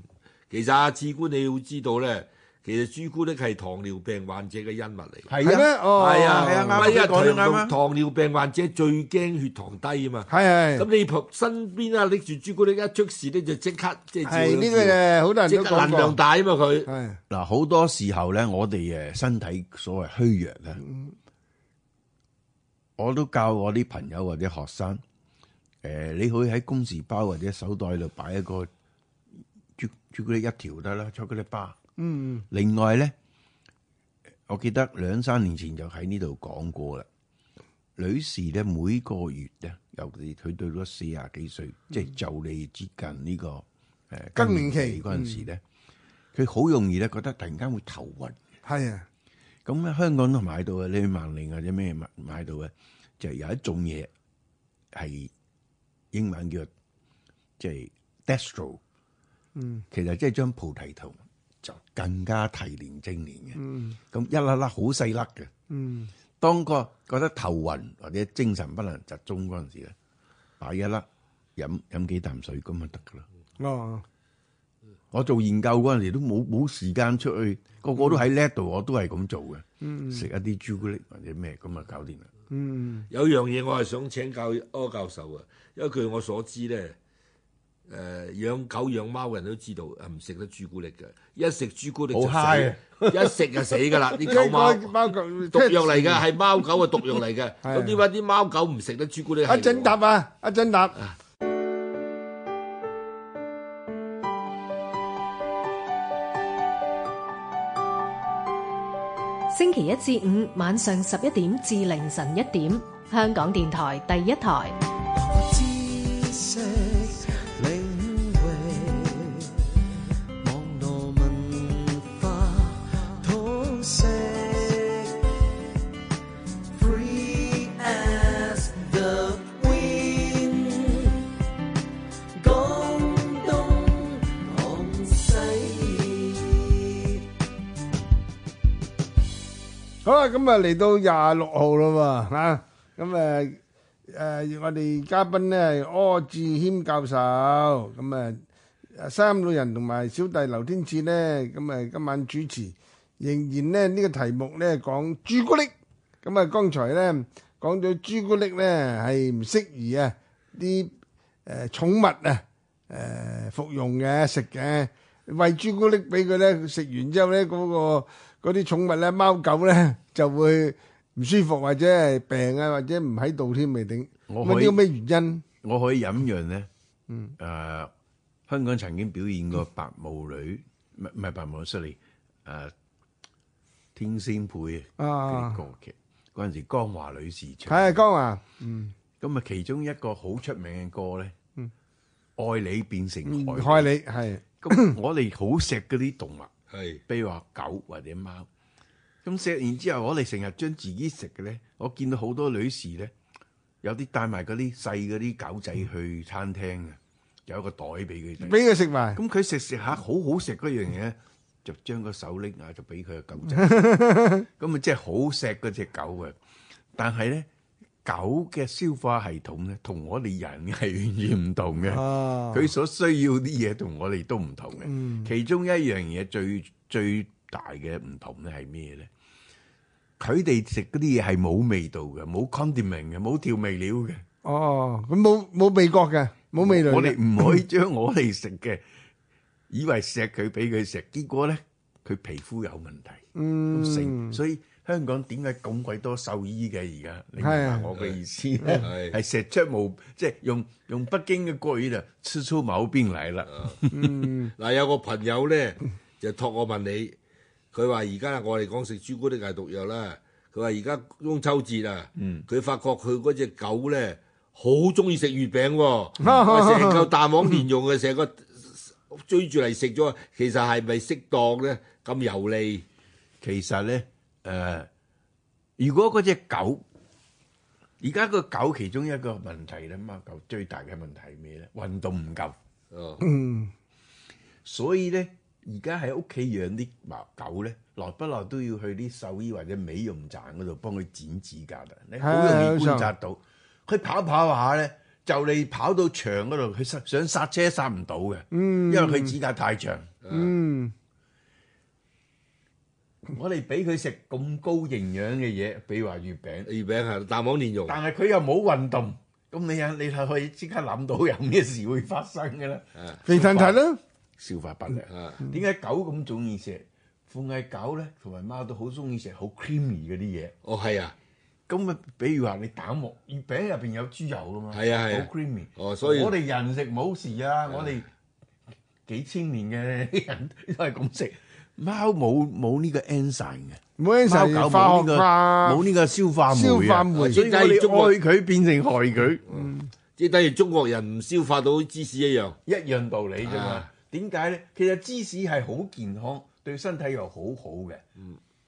其實啊，志官你要知道咧，其實朱古力係糖尿病患者嘅恩物嚟。
係
係咩？哦，
係啊，
係啊啱啊
因為
你講得啱啊
糖糖尿病患者最驚血糖低啊嘛。
係
咁
係
你旁身邊啊拎住朱古力一出事咧，就即刻即係
係呢
照樣
個誒，好多
照
人
即
都
刻
講
能量
過，
大啊嘛佢。
係
嗱，好多時候咧，我哋誒身體所謂虛弱咧，我都教我啲朋友或者學生，誒、你可以喺公事包或者手袋度擺一個朱朱古力一條得啦，朱古力巴。
嗯
另外咧，我記得兩三年前就喺呢度講過啦。女士咧每個月咧，尤其佢到咗四廿幾歲，即係就嚟接近呢、個誒、呃
嗯更年期嗯
嗰陣時咧，佢好、容易咧覺得突然間會頭暈。
係啊，
咁咧香港都買到嘅，你去萬寧或者咩買買到嘅，就有一種嘢係英文叫即係 destro，
嗯，
其實即係將菩提糖就更加提煉精煉嘅，咁、一粒粒好細粒嘅，
嗯
當個覺得頭暈或者精神不能集中嗰陣時咧，擺一粒飲飲幾啖水咁就得噶啦。
哦，
我做研究嗰陣時都冇冇時間出去，個個都喺叻度，我都係咁做嘅。食一啲朱古力或者咩咁啊，搞掂啦。
嗯
有樣嘢我係想請教柯教授啊，因為據我所知咧，誒、養狗養貓嘅人都知道啊唔食得朱古力嘅，一食朱古力就死
好 high 啊
一食就死㗎啦！啲狗
應
貓
該貓狗
毒藥 嚟㗎，係貓狗嘅毒藥嚟嘅。
係
咁點解啲貓狗唔食得朱古力？
阿振答啊，阿振答，
星期一至五晚上十一點至凌晨一點，香港電台第一台。
知識領域，網絡文化通識，free as the wind，廣東廣西。
好啦，咁啊嚟到廿六號啦喎，嚇，咁誒誒，我哋嘉賓咧柯志軒教授，咁啊三老人同埋小弟劉天賜咧，咁啊今晚主持，仍然咧呢個題目咧講朱古力，咁啊剛才咧講咗朱古力咧係唔適宜啊啲誒寵物啊誒服用嘅食嘅，喂朱古力俾佢咧，佢食完之後咧嗰、個嗰啲寵物咧貓狗咧就會唔舒服或者係病啊或者唔喺度添未定，
我
咁啊
可
呢
以
個咩原因？
我可以飲樣咧，嗯，誒、香港曾經表演過白毛女，唔係唔係白毛女，sorry，誒、天仙配嘅
啊
啲歌劇，嗰陣時江華女士唱，
係江華，
咁啊其中一個好出名嘅歌咧，愛你變成
嗯
海，
害你係
咁我哋好錫嗰啲動物。
係
比如話狗或者貓。咁食完之後，我哋成日將自己食嘅咧，我見到好多女士咧，有啲帶埋嗰啲細嗰啲狗仔去餐廳嘅，有一個袋俾佢哋。
俾佢食埋，
咁佢食食下好好食嗰樣嘢，就將個手拎啊，就俾佢個狗仔。咁啊，即係好錫嗰只狗嘅。但係咧，狗嘅消化系統咧，同我哋人係完全唔同嘅。
啊
佢所需要啲嘢同我哋都唔同嘅。其中一樣嘢最最大嘅唔同咧係咩咧？佢哋食嗰啲嘢係冇味道嘅，冇 condiment 嘅，冇調味料嘅。
Ờ, 哦，咁冇冇味覺嘅，冇味蕾
我哋
嘅，
唔可以將我哋食嘅以為錫佢俾佢食，結果咧佢皮膚有問題。
嗯，
咁成所以香港點解咁鬼多獸醫嘅而家？你明
係
白我嘅意思
係
咧？係石出無，即係用用北京嘅國語就吃出毛病嚟啦。
嗱，有個朋友咧就託我問你，佢話而家我哋講食朱古力係毒藥啦。佢話而家中秋節啊，佢、發覺佢嗰只狗咧好中意食月餅 喎、話成嚿蛋黃蓮蓉嘅，成個追住嚟食咗，其實係咪適當咧？咁油膩
其實咧，誒、呃如果嗰只狗，而家個狗其中一個問題咧，貓狗最大嘅問題係咩咧？運動唔夠，
哦
所以咧而家喺屋企養啲貓狗咧，耐不耐都要去啲獸醫或者美容站嗰度幫佢剪指甲啦。你好容易觀察到，佢跑跑下咧，就你跑到牆嗰度，佢剎想剎車剎唔到嘅，因為佢指甲太長。
Ừ. 嗯，
我哋俾佢食咁高營養嘅嘢，比如話月餅。
月餅係蛋黃蓮蓉，
但係佢又冇運動，咁你啊，你係可以即刻諗到有咩事會發生 嘅啦。
肥騰騰啦，
消化不良
啊，
點解狗咁中意食？放喺狗咧，同埋貓都好中意食好 creamy 嗰啲嘢。
哦係啊，
咁啊，比如話你蛋黃月餅入邊有豬油噶嘛，
係啊係啊
好 creamy。
哦所以
我哋人食冇事啊，我哋幾千年嘅人 都係咁食。貓冇冇呢個 enzyme 嘅。
冇人成日
貓狗
化
冇
學
呢個
化，
冇呢個消化酶
消化
酶，
酶
所以我
即係中
哋
國
愛佢變成害佢。
即係等於中國人唔消化到芝士一樣，
一樣道理啫嘛
啊。
點解咧？其實芝士係好健康，對身體又好好嘅，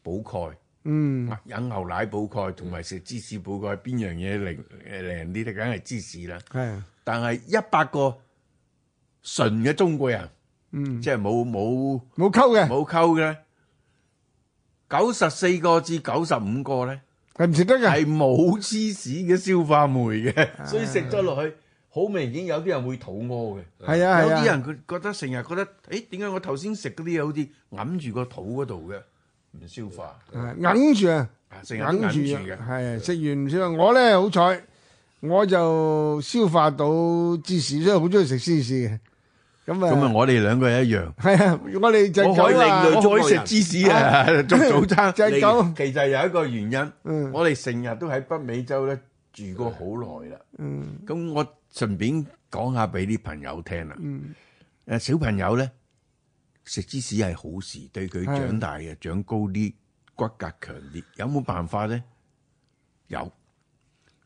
補鈣。
嗯，
啊飲牛奶補鈣同埋食芝士補鈣，邊樣嘢靈誒靈啲？梗係芝士啦。
係，
但係一百個純嘅中國人，
嗯，
即係冇冇
冇溝嘅，
冇溝嘅咧，九十四個至九十五 個咧
係唔食得嘅，
係冇芝士嘅消化酶嘅，所以食咗落去，好明顯有啲人會肚屙嘅。
係啊
有啲
係啊，
人佢覺得成日覺得，誒點解我頭先食嗰啲嘢好似揞住個肚嗰度嘅，唔消化，
係揞住啊！
啊成日都
忍
揞
住
住嘅。
嘅，系食完唔少。我咧好彩，我就消化到芝士，所以好中意食芝士嘅。咁
咁
啊
啊，，我哋兩個人一樣，
系啊，我哋就
我可以
狗啊，
我可以食芝士啊，做早餐。
就係狗
你其實有一個原因，
嗯
我哋成日都喺北美洲咧住過好耐啦。
嗯
咁我順便講下俾啲朋友聽啦。誒小朋友咧食芝士係好事，對佢
係
長大嘅長高啲，骨骼強啲。有冇辦法咧？有，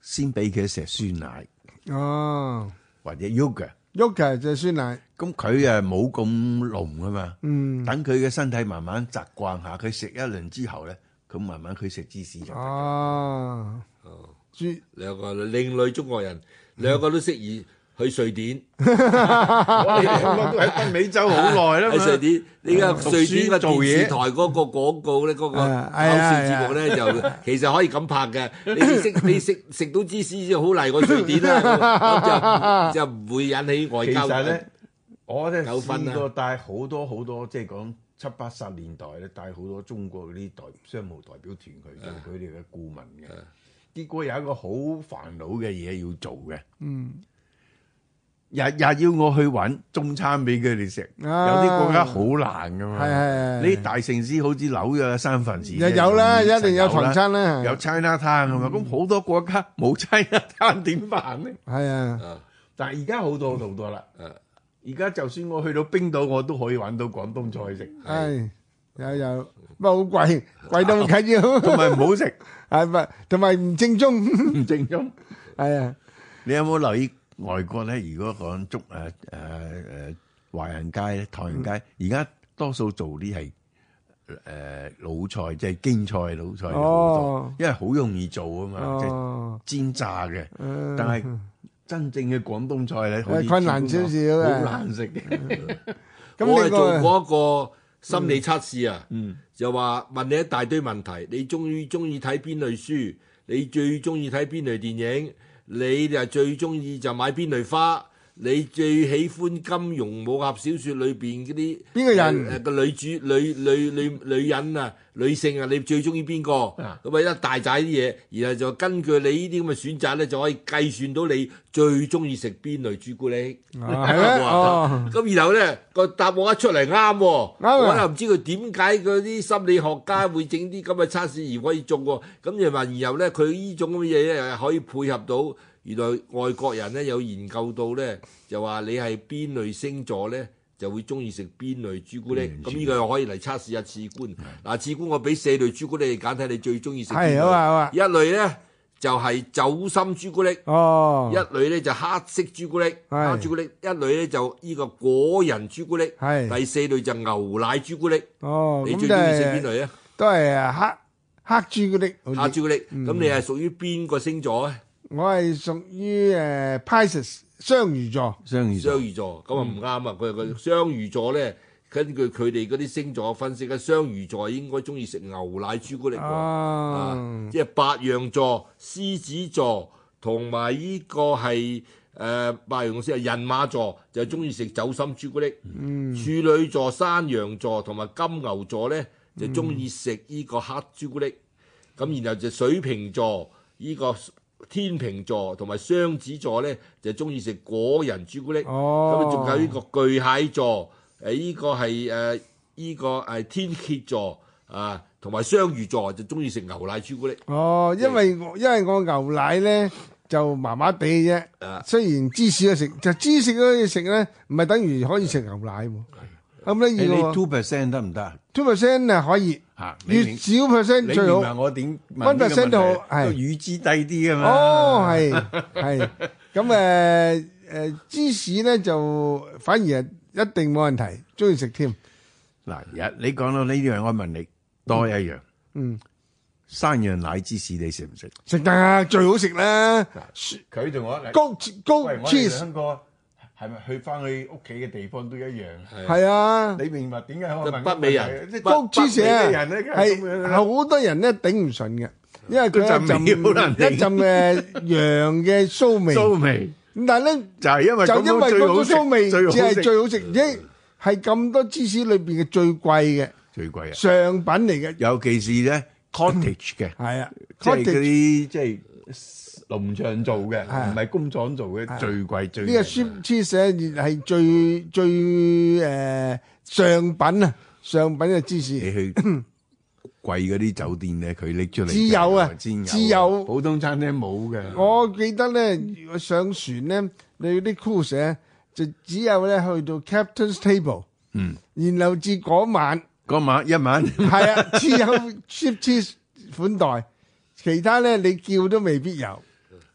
先俾佢食酸奶
哦，
或者 yogurt。
喐嘅就係酸奶，
咁佢誒冇咁濃啊嘛。
嗯，
等佢嘅身體慢慢習慣下，佢食一輪之後咧，咁慢慢佢食芝士就得。
哦，豬
兩個另類中國人，
嗯
兩個都適宜去瑞典，
我哋兩個都喺北美洲好耐啦嘛 嗯
喺瑞典，呢家
讀
瑞典嘅
書做
電視
嘢哎
台嗰個廣告咧，嗰個
啊
搞
係啊
笑節目咧，就其實可以咁拍 嘅。你食你食食到芝士就好嚟過瑞典啦，咁就就唔會引起外
其
交。
實咧，我咧
糾紛啊
試過帶好多好多，即係講七八十年代咧，帶好多中國嗰啲代商務代表團去做佢哋嘅顧問嘅。結果有一個好煩惱嘅嘢要做嘅，
嗯，
日日要我去揾中餐俾佢哋食，有
啊
啲國家好難噶
係
嘛。
係
呢啲大城市好似紐約、三藩市，
又有啦，
就
一定有
啦
唐餐啦，
有嗯 China Town 咁嘛，啊咁好多國家冇 China Town 點辦咧？
係啊，
但係而家好多好多啦。
嗯
而家就算我去到冰島，我都可以揾到廣東菜食，
係有有，不過好 貴，貴到唔緊要，
同埋唔好食，
係咪？同埋唔正宗，
唔正宗。
係啊。
你有冇留意外國咧？如果講中誒誒誒華人街咧、唐人街，而家多數做啲係誒老菜，即係京菜、老菜好多
哦，
因為好容易做啊嘛，即係
哦，
煎炸嘅。
嗯
但係真正嘅廣東菜咧，好似
誒困難少少嘅
好難食嘅。
咁
我係
呢個
做過一個心理測試啊，就話問你一大堆問題，你中意中意睇邊類書，你最中意睇邊類電影，你就最中意就買邊類花，你最喜歡金庸武俠小說裏邊嗰啲
邊個人
誒個女主女女女女人啊女性啊，你最中意邊個？
啊
咁啊一大扎啲嘢，然後就根據你呢啲咁嘅選擇咧，就可以計算到你最中意食邊類朱古力。
啊 係咩？哦。
咁然後咧個答案一出嚟啱喎，
啊
我又唔知佢點解嗰啲心理學家會整啲咁嘅測試而可以中喎。咁又話，然後咧佢呢種咁嘅嘢咧可以配合到原來外國人咧有研究到咧，就話你係邊類星座咧。就會中意食邊類朱古力，
嗯
咁呢個又可以嚟測試下次官。嗱，次官我俾四類朱古力你揀，睇你最中意食邊
係好啊好啊
類。一類咧就係、酒心朱古力。
哦，
一類咧就黑色朱古力，
係
黑朱古力；一類咧就呢個果仁朱古力，
係
第四類就牛奶朱古力。
哦，
你
咁
最
都
中意食
係
邊類啊？
都係黑黑朱古力好嗯
黑
啲。
朱古力。咁你係屬於邊個星座啊咧？
我係屬於誒 Pisces 雙魚座。
雙魚
雙
座
魚座咁啊唔啱啊！佢佢雙魚座咧，根據佢哋嗰啲星座分析咧，雙魚座應該中意食牛奶朱古力喎。
啊
啊，即係白羊座、獅子座同埋呢個係誒、呃白羊先係人馬座，就中意食酒心朱古力。嗯、處女座、山羊座同埋金牛座咧，就中意食呢個黑朱古力。咁然後就水瓶座、呢、個天秤座同埋雙子座咧，就中意食果仁朱古力。
哦
咁，仲有呢個巨蟹座，誒、呢、個係誒呢個係天蝎座啊，同埋雙魚座就中意食牛奶朱古力。
哦，因
嗯
為我因為我牛奶咧就麻麻地啫
啊，
雖然芝士都食，就芝士嗰啲食咧，唔係等於可以食牛奶喎。咁得
嗯誒
意
你
喎
two percent 得唔得啊？
，two percent 啊可以，
嚇你
越
明
少 percent
你
最
明
好
白。我點問
One
呢個
percent
問題
都好係
個乳脂低啲啊嘛。
哦，係係咁誒誒芝士咧就反而係一定冇問題，中意食添。
嗱，日你講到呢樣，我問你多一樣，
嗯，
山羊奶芝士你食唔食？
食得啊，最好食啦，
啊佢同我
高高 cheese
香港係咪去翻去屋企嘅地方都一樣？
係啊。
你明白點解我
就
問
北美人
即係
高
北
cheese
美嘅
啊
人咧，，
係
係
好多人咧頂唔順嘅，因為佢一
嗰陣味好
陣
難頂
一陣嘅羊嘅騷味，
酥味
咁但係咧
就係因為
就因為
為
嗰種騷味，
最好
只係
食
最好食，即係咁多芝士裏邊嘅最貴嘅
最貴啊！
上品嚟嘅，
尤其是咧 cottage 嘅，
係啊
即係嗰
cottage
啲即係農場做嘅，
啊
唔係工廠做嘅，最貴最
呢個
平
sheep cheese 咧係最最誒上品啊，上品嘅芝士
你 去貴嗰啲酒店咧，佢拎出嚟嘅
自有啊
自有啊
自有
普通餐廳冇嘅。
我記得咧，如果上船咧，你啲 cruise 呢就只有咧去到 captain's table，
嗯，
然後至嗰晚
嗰晚一晚
係啊，只有 cheap cheese 款待，其他咧你叫都未必有。好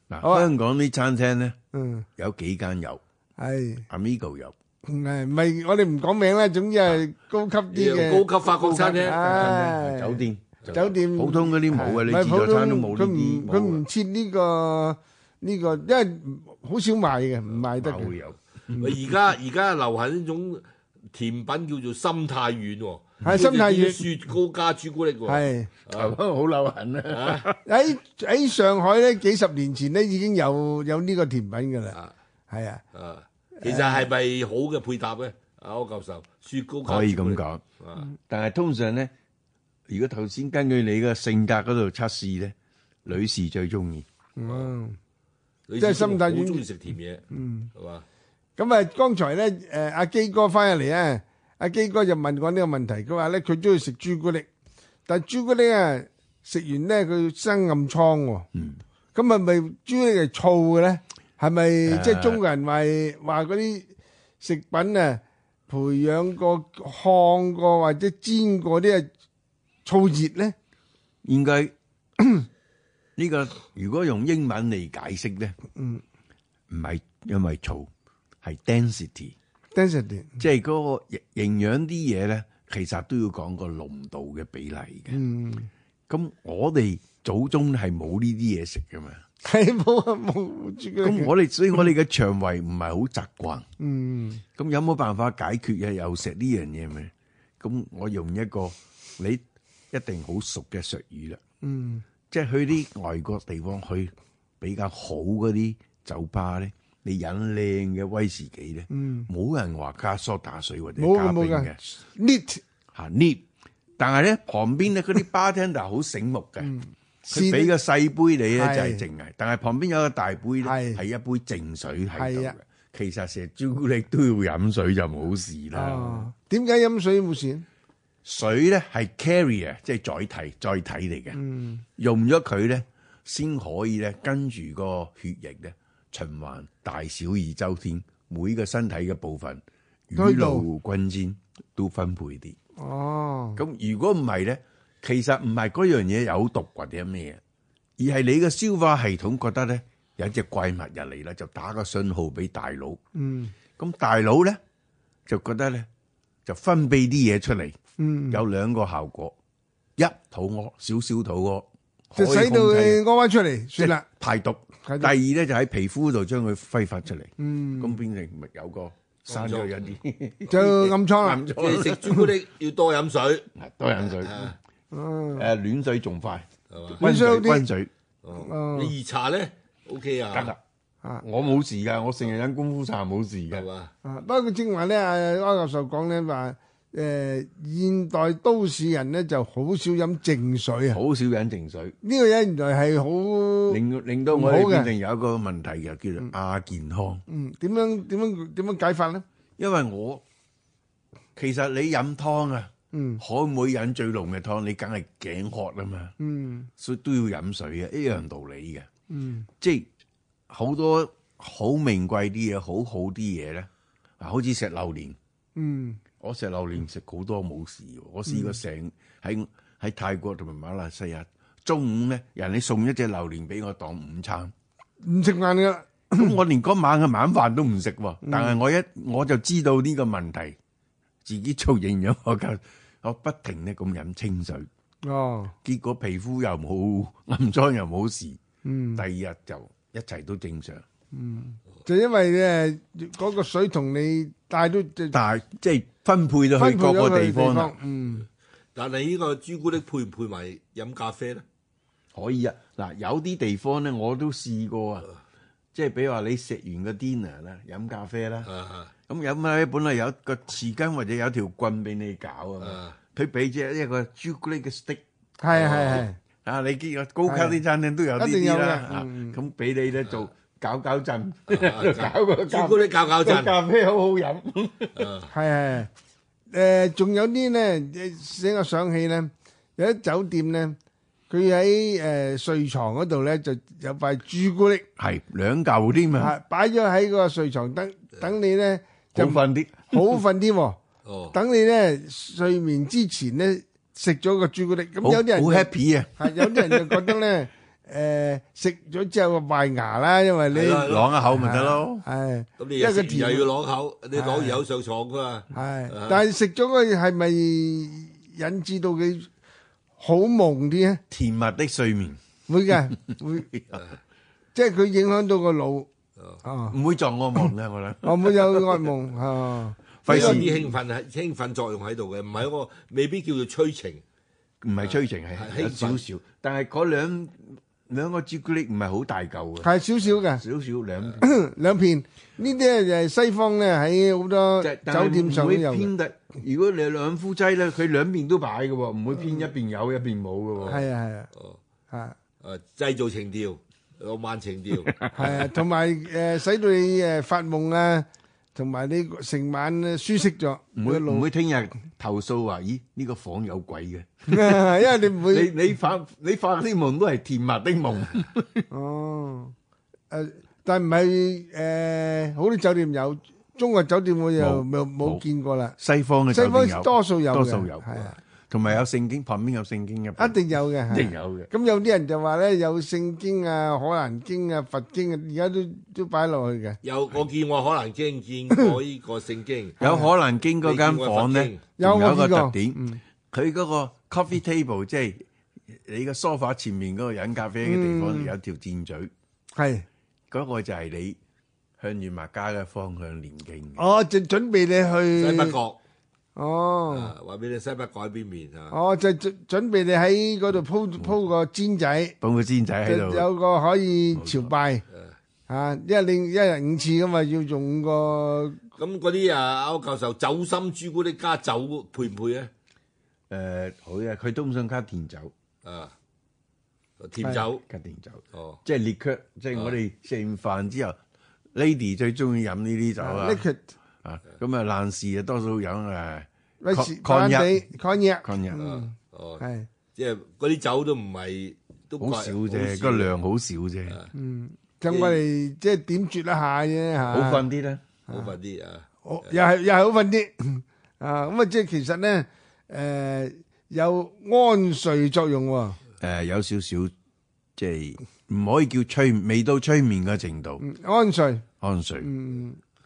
嗱，
啊
香港啲餐廳咧
嗯，
有幾間有
係
，Amigo 有，
係唔係？我哋唔講名啦，總之係高級啲嘅
高級法國餐廳，
唉
酒店就有
酒店
普通嗰啲冇嘅，
唔
你
嗯係
自助餐都
普
冇呢
通佢
啲
唔
冇啊
佢唔設呢個呢個，因為好少賣嘅，唔賣得
嘅，
嘅
會。有
嗯
而家而家流行一種甜品叫做心太軟喎，
係心太軟
雪糕加朱古力喎，
係
台灣好流行啊！
喺喺上海咧，幾十年前咧已經有有呢個甜品㗎啦
啊。
係啊，
啊，其實係咪好嘅配搭咧？啊，歐教授，雪糕加
可以
朱
咁
古力
講，
啊，
但係通常咧，如果頭先根據你嘅性格嗰度測試咧，女士最中意。
嗯。
即
係心太軟
好中意食甜嘢，嗯，係嘛？
咁啊，剛才咧，誒阿基哥翻入嚟啊，阿基哥就問我呢個問題，佢話咧佢中意食朱古力，但係朱古力啊食完咧佢生暗瘡喎，咁係咪朱古力係醋嘅咧？係咪即係中國人話話嗰啲食品啊培養過、烘過或者煎過啲啊醋熱咧？
應該 呢個如果用英文嚟解釋咧，唔係因為嘈，係 density，
d e n s i t
即係嗰個營養啲嘢咧，其實都要講個濃度嘅比例嘅。
嗯，
咁我哋祖宗係冇呢啲嘢食噶嘛，
係冇啊冇朱古力
咁
嘅，
我哋所以我哋嘅腸胃唔係好習慣。
嗯
咁有冇辦法解決嘅又食呢樣嘢咪？咁我用一個你一定好熟嘅術語啦，
嗯
即係去啲外國地方去比較好嗰啲酒吧咧，你飲靚嘅威士忌咧，
嗯，
冇人話加梳打水或者
冇㗎
加冰
冇
嘅
㗎，neat
嚇呢。啊但係咧旁邊咧嗰啲 bartender 好醒目嘅，佢俾個細杯你咧就係
嗯係
淨係，但係旁邊有一個大杯咧
係
係一杯淨水喺度
係
嘅
啊。
其實成日朱古力都要飲水就冇事啦。
哦，點解飲水冇事？
水咧係 carrier，即係載體載體嚟嘅。嗯、用咗佢咧，先可以咧跟住個血液咧循環大小二周天，每個身體嘅部分雨
都喺
露
度
均沾都分配啲。
哦，
咁如果唔係咧，其實唔係嗰樣嘢有毒或者咩嘢，而係你嘅消化系統覺得咧有一隻怪物入嚟啦，就打個信號俾大腦。
嗯
咁大佬咧就覺得咧就分泌啲嘢出嚟，
嗯
有兩個效果，一肚屙，少少肚屙，
就
可以
使到
控制
佢屙翻出嚟，
即
算
係
啦。
排毒。
排毒
第二咧就喺皮膚度將佢揮發出嚟，咁變成咪有個生咗一啲，
就暗瘡啦
暗瘡
即係食朱古力要多飲水，
多飲水，誒暖水仲快，
係嘛？
温水
暖水好啲
温水
哦你熱茶咧 OK 啊，
得
啊
啦。我冇事㗎，我成日飲功夫茶冇事
係
㗎。
嘛？
啊，不過正話咧，阿阿教授講咧話，誒現代都市人咧就好少飲淨水啊。
好少飲淨水，
呢個嘢原來係好，
令令到
唔
我
好
哋
嘅
變成有一個問題嘅，叫做亞健康。
嗯，點樣點樣點樣解法咧？
因為我其實你飲湯啊，
嗯
可唔可以飲最濃嘅湯？你梗係頸渴啊嘛，
嗯
所以都要飲水嘅，一樣道理嘅。
嗯
即係好多好名貴啲嘢，好好啲嘢咧，啊，好似食榴蓮，
嗯
我食榴蓮食好多冇事喎，我試過成喺喺泰國同埋馬來西亞，中午咧人哋送一隻榴蓮俾我當午 餐，
唔食飯噶啦，
咁我連嗰晚嘅晚飯都唔食喎，但係我一我就知道呢個問題，自己做營養學家， 我不停咧咁飲清水，
哦，
結果皮膚又冇暗瘡又冇事，
嗯
第，二日就一切都正常。
就因為誒嗰個水同你帶都就
但係即係分配咗去各個地方啊啦，，
嗯
但係呢個朱古力配唔配埋飲咖啡咧？
可以啊。嗱，有啲地方咧我都試過啊，即係比如話你食完個 dinner 啦，飲咖 啡啦，
啊
咁飲咧本來有一個匙羹或者有條棍俾你搞啊嘛，
啊，
佢俾只一個朱古力嘅 stick
係係
啊，你見高級啲餐廳都有呢
一定有
啲
嘅
啦，啊
嗯
咁俾你咧做搞搞震，
啊
搞個
朱古力搞 搞震
個咖啡好好飲，
係係係誒，仲有啲咧，使我想起咧，有啲酒店咧，佢喺誒睡床嗰度咧就有塊朱古力。
係兩嚿添啊，
啊，擺咗喺個睡床等等你咧
好
就
瞓啲。
好瞓啲喎，
哦，
等你咧睡眠之前咧食咗個朱古力，咁
好
有啲人
好
就
happy 啊！
係有啲人就覺得咧，誒食咗之後壞牙啦，因為你
係啦
朗下口咪得咯，
係
咁你又
因為佢
食完
甜啊
又要攞口，你攞完口上床噶嘛？
係，但係食咗佢係咪引致到佢好夢啲 咧？
甜蜜的睡眠。
會嘅，會，即係佢影響到個腦啊，
唔會撞我夢嘅，我諗
我會有惡夢啊，
費
有
事
啲興奮係興奮作用喺度嘅，唔係一個未必叫做催情。
唔係催情
係
係有
興
少
奮
少，但係嗰兩兩個朱古力唔係好大嚿嘅，
係少少嘅。
少少兩
兩片呢啲咧就係西方咧喺好多
隻，但
酒
係
店上
唔
都
會
有嘅，
偏得。如果你兩夫妻咧，佢兩邊都擺嘅喎，唔會偏一邊有一邊冇嘅喎。
係啊係啊
哦，
啊
誒製造情調，浪漫情調。
係啊，同埋誒使到你誒發夢啊，同埋你成晚咧舒適咗，
唔會
個
唔
腦，
會聽日投訴話，咦呢個房有鬼嘅？
因為你唔會
你你發你發啲夢都係甜蜜的夢，
哦誒，但唔係誒好多酒店有，中國酒店我又
冇
冇冇
冇
見過啦，
西方嘅
西
酒店
方
有，
多數有嘅
多數有
係啊，
同埋有聖經旁邊有聖經嘅，
一定有嘅，係啊
一定有嘅。
咁有啲人就話咧有聖經啊、可蘭經啊、佛經啊，而家都都擺落去嘅。
有我見我可能經見過呢個
，
聖經
有可能經嗰間房
你
咧
見，
過佛經
仲有一個
有我
特點，佢嗰個 coffee table 即係你個 sofa 前面嗰個飲咖啡嘅地方有條箭嘴，
係，
嗰個就係你向住麥加嘅方向連徑嘅。
我就準備你
嗯
去
西北角
哦。
啊，話俾你西北角喺邊面啊？
哦，就準準備你喺嗰度鋪鋪個氈仔，
放個箭仔
就
喺度，
有個可以朝拜啊！因為你一日五次噶嘛，要用個
咁嗰啲啊，歐教授酒心朱古力加酒配唔配啊咧？
誒好嘅，佢通常加甜酒，
啊，甜酒
加甜酒，
哦，
即係 liquor，即係我哋食完飯之後，lady 最中意飲呢啲酒啊，
liquid
啊咁啊爛事啊多數飲誒
威士忌、
Con-
白蘭
Cognac
地、抗日，
干邑。
嗯
啊哦，
係
即係嗰啲酒都唔係都
好
貴
少啫，個
好少
量好少啫，
就我哋即係點綴一下啫嚇。
好瞓啲啦。
好瞓啲啊！
好又係又係好瞓啲啊！咁啊，即係其實咧誒有安睡作用喎。
誒、有少少即係唔可以叫催，未到催眠嘅程度，
安睡，
安睡。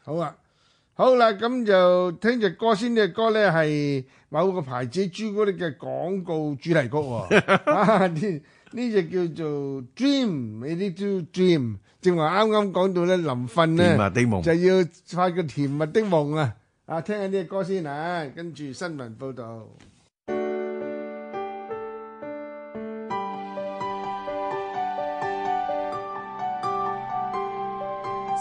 好啊。好啦，咁就聽只歌先，呢只歌咧係某個牌子朱古力嘅廣告主題曲喎、 啊。呢呢只叫做 Dream，呢啲叫 Dream。正話啱啱講到咧，臨瞓咧
甜蜜的夢
就要發個甜蜜的夢啊！啊，聽下呢只歌先啊，跟住新聞報導。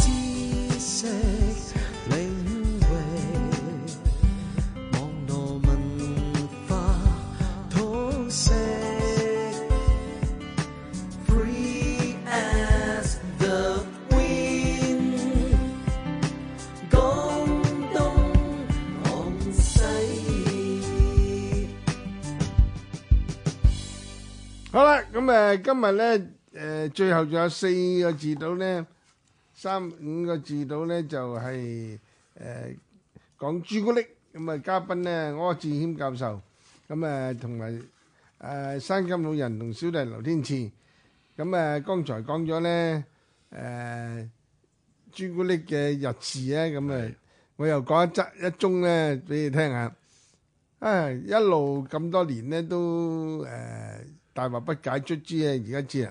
知識領域，網絡文化通識，free as the wind，廣東廣西。
好啦，咁誒今日咧誒最後仲有四個字到咧，三五個字到咧就係誒講朱古力咁啊，嘉賓咧柯志軒教授咁誒同埋誒山金老人同小弟劉天賜咁誒，剛才講咗咧誒朱古力嘅日字咧，咁誒我又講一則一宗咧俾你聽下。啊，一路咁多年咧都誒、呃大惑不解，卒之啊而家知啦。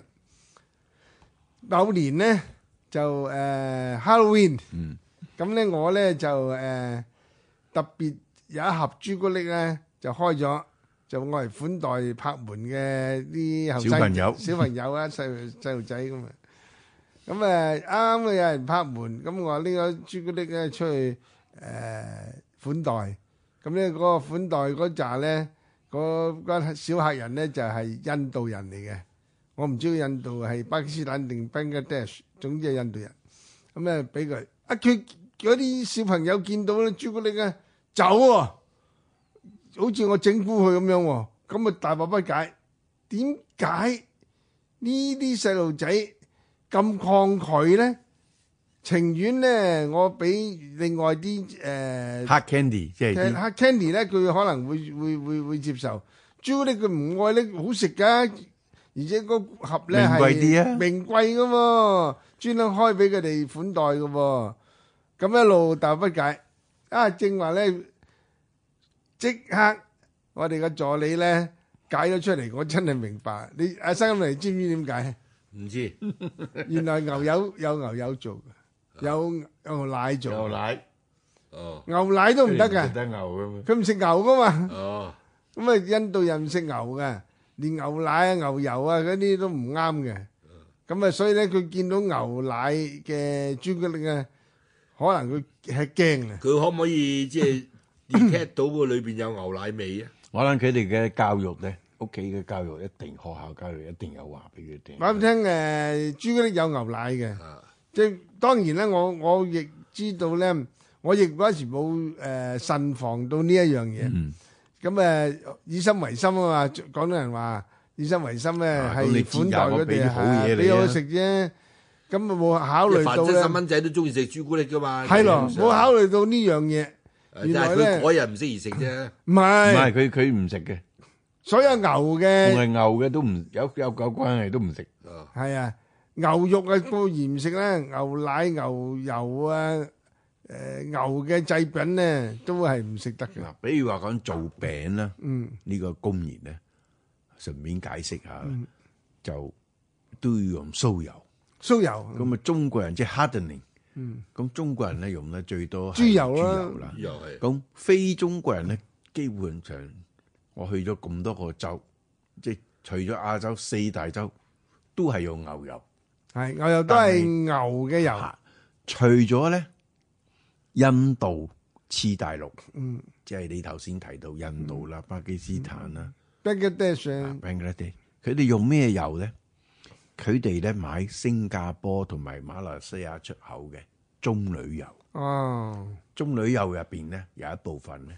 某年咧就誒、呃 ờ, Halloween，咁咧、我咧就誒、呃特別有一盒朱古力咧就開咗，就我嚟款待拍門嘅啲後生
小朋友
小朋友啊細路細路仔咁啊。咁誒啱啱有人拍門，咁我拎咗朱古力咧出去誒、呃款待。咁咧嗰個款待嗰扎咧，嗰嗰小客人咧就係印度人嚟嘅。我唔知佢印度係巴基斯坦定 Bangladesh，總之係印度人。咁咧俾佢，啊佢嗰啲小朋友見到咧朱古力咧走喎、好似我整蠱佢咁樣喎。咁啊大惑不解，點解呢啲細路仔咁抗拒咧？情願咧，我俾另外啲誒。呃
hard candy 即係
其實
啲
黑 candy 咧，佢可能會會會會接受。朱古力佢唔愛咧，好食噶，而且個盒咧係
名貴啲啊
名貴噶喎，專登開俾佢哋款待噶喎。咁一路大不解啊！正話咧，即刻我哋嘅助理咧解咗出嚟，我真係明白。你阿生你知唔知點解？
唔知
原來牛油有牛油做嘅，有牛奶做
牛
嘅，
奶
哦
牛奶都唔得
㗎，
㗎，
得牛咁
佢唔食牛噶嘛。
哦，
咁啊，印度人唔食牛嘅，連牛奶啊、牛油啊嗰啲都唔啱嘅。咁啊，所以咧，佢見到牛奶嘅朱古力啊，可能佢係驚啊。
佢可唔可以即 係 detect 到個裏邊有牛奶味啊？
我諗佢哋嘅教育咧，屋企嘅教育一定，學校教育一定有話俾佢
話俾你
聽。
聽誒，朱古力有牛奶嘅，
啊，
即係當然咧，我我亦知道咧，我亦嗰時冇誒慎防到呢一樣嘢。
嗯
咁誒，以心為心啊嘛，廣東人話以心為心咧，
啊咁
係
你知
款待
呀我
佢
俾
哋
啲好嘢
係
你
俾好
啊
食啫。咁啊冇考慮
凡
到
真
咧
細。蚊仔都中意食朱古力噶嘛？
係咯，
正常
冇考慮到呢樣嘢，
誒
原
但
來
係
咧
佢嗰日唔適宜食 啫。
唔
唔係
係
佢佢唔食嘅，
所有牛
同
嘅
係牛嘅都唔有有有關係都唔食。
哦
係啊，牛肉啊固然唔食啦，牛奶、牛油啊，誒、牛嘅製品咧都係唔食得嘅。
嗱，比如話講做餅啦，
嗯
呢個工業咧，順便解釋下，就都要用酥油。
酥油
咁啊，中國人即係 hardening。
嗯，
咁中國人咧用得最多係
豬油啦
豬油啦。
又係
咁非中國人咧，基本上我去咗咁多個州，即係除咗亞洲四大洲，都係用牛油。
係牛油都係牛嘅油，
嚇除咗咧，印度次大陸，
嗯
即係你頭先提到印度啦、巴基斯坦啦、
，Bangladesh
啊
啊
Bangladesh，佢哋用咩油咧？佢哋咧買新加坡同埋馬來西亞出口嘅棕櫚油。
哦，
棕櫚油入邊咧有一部分咧，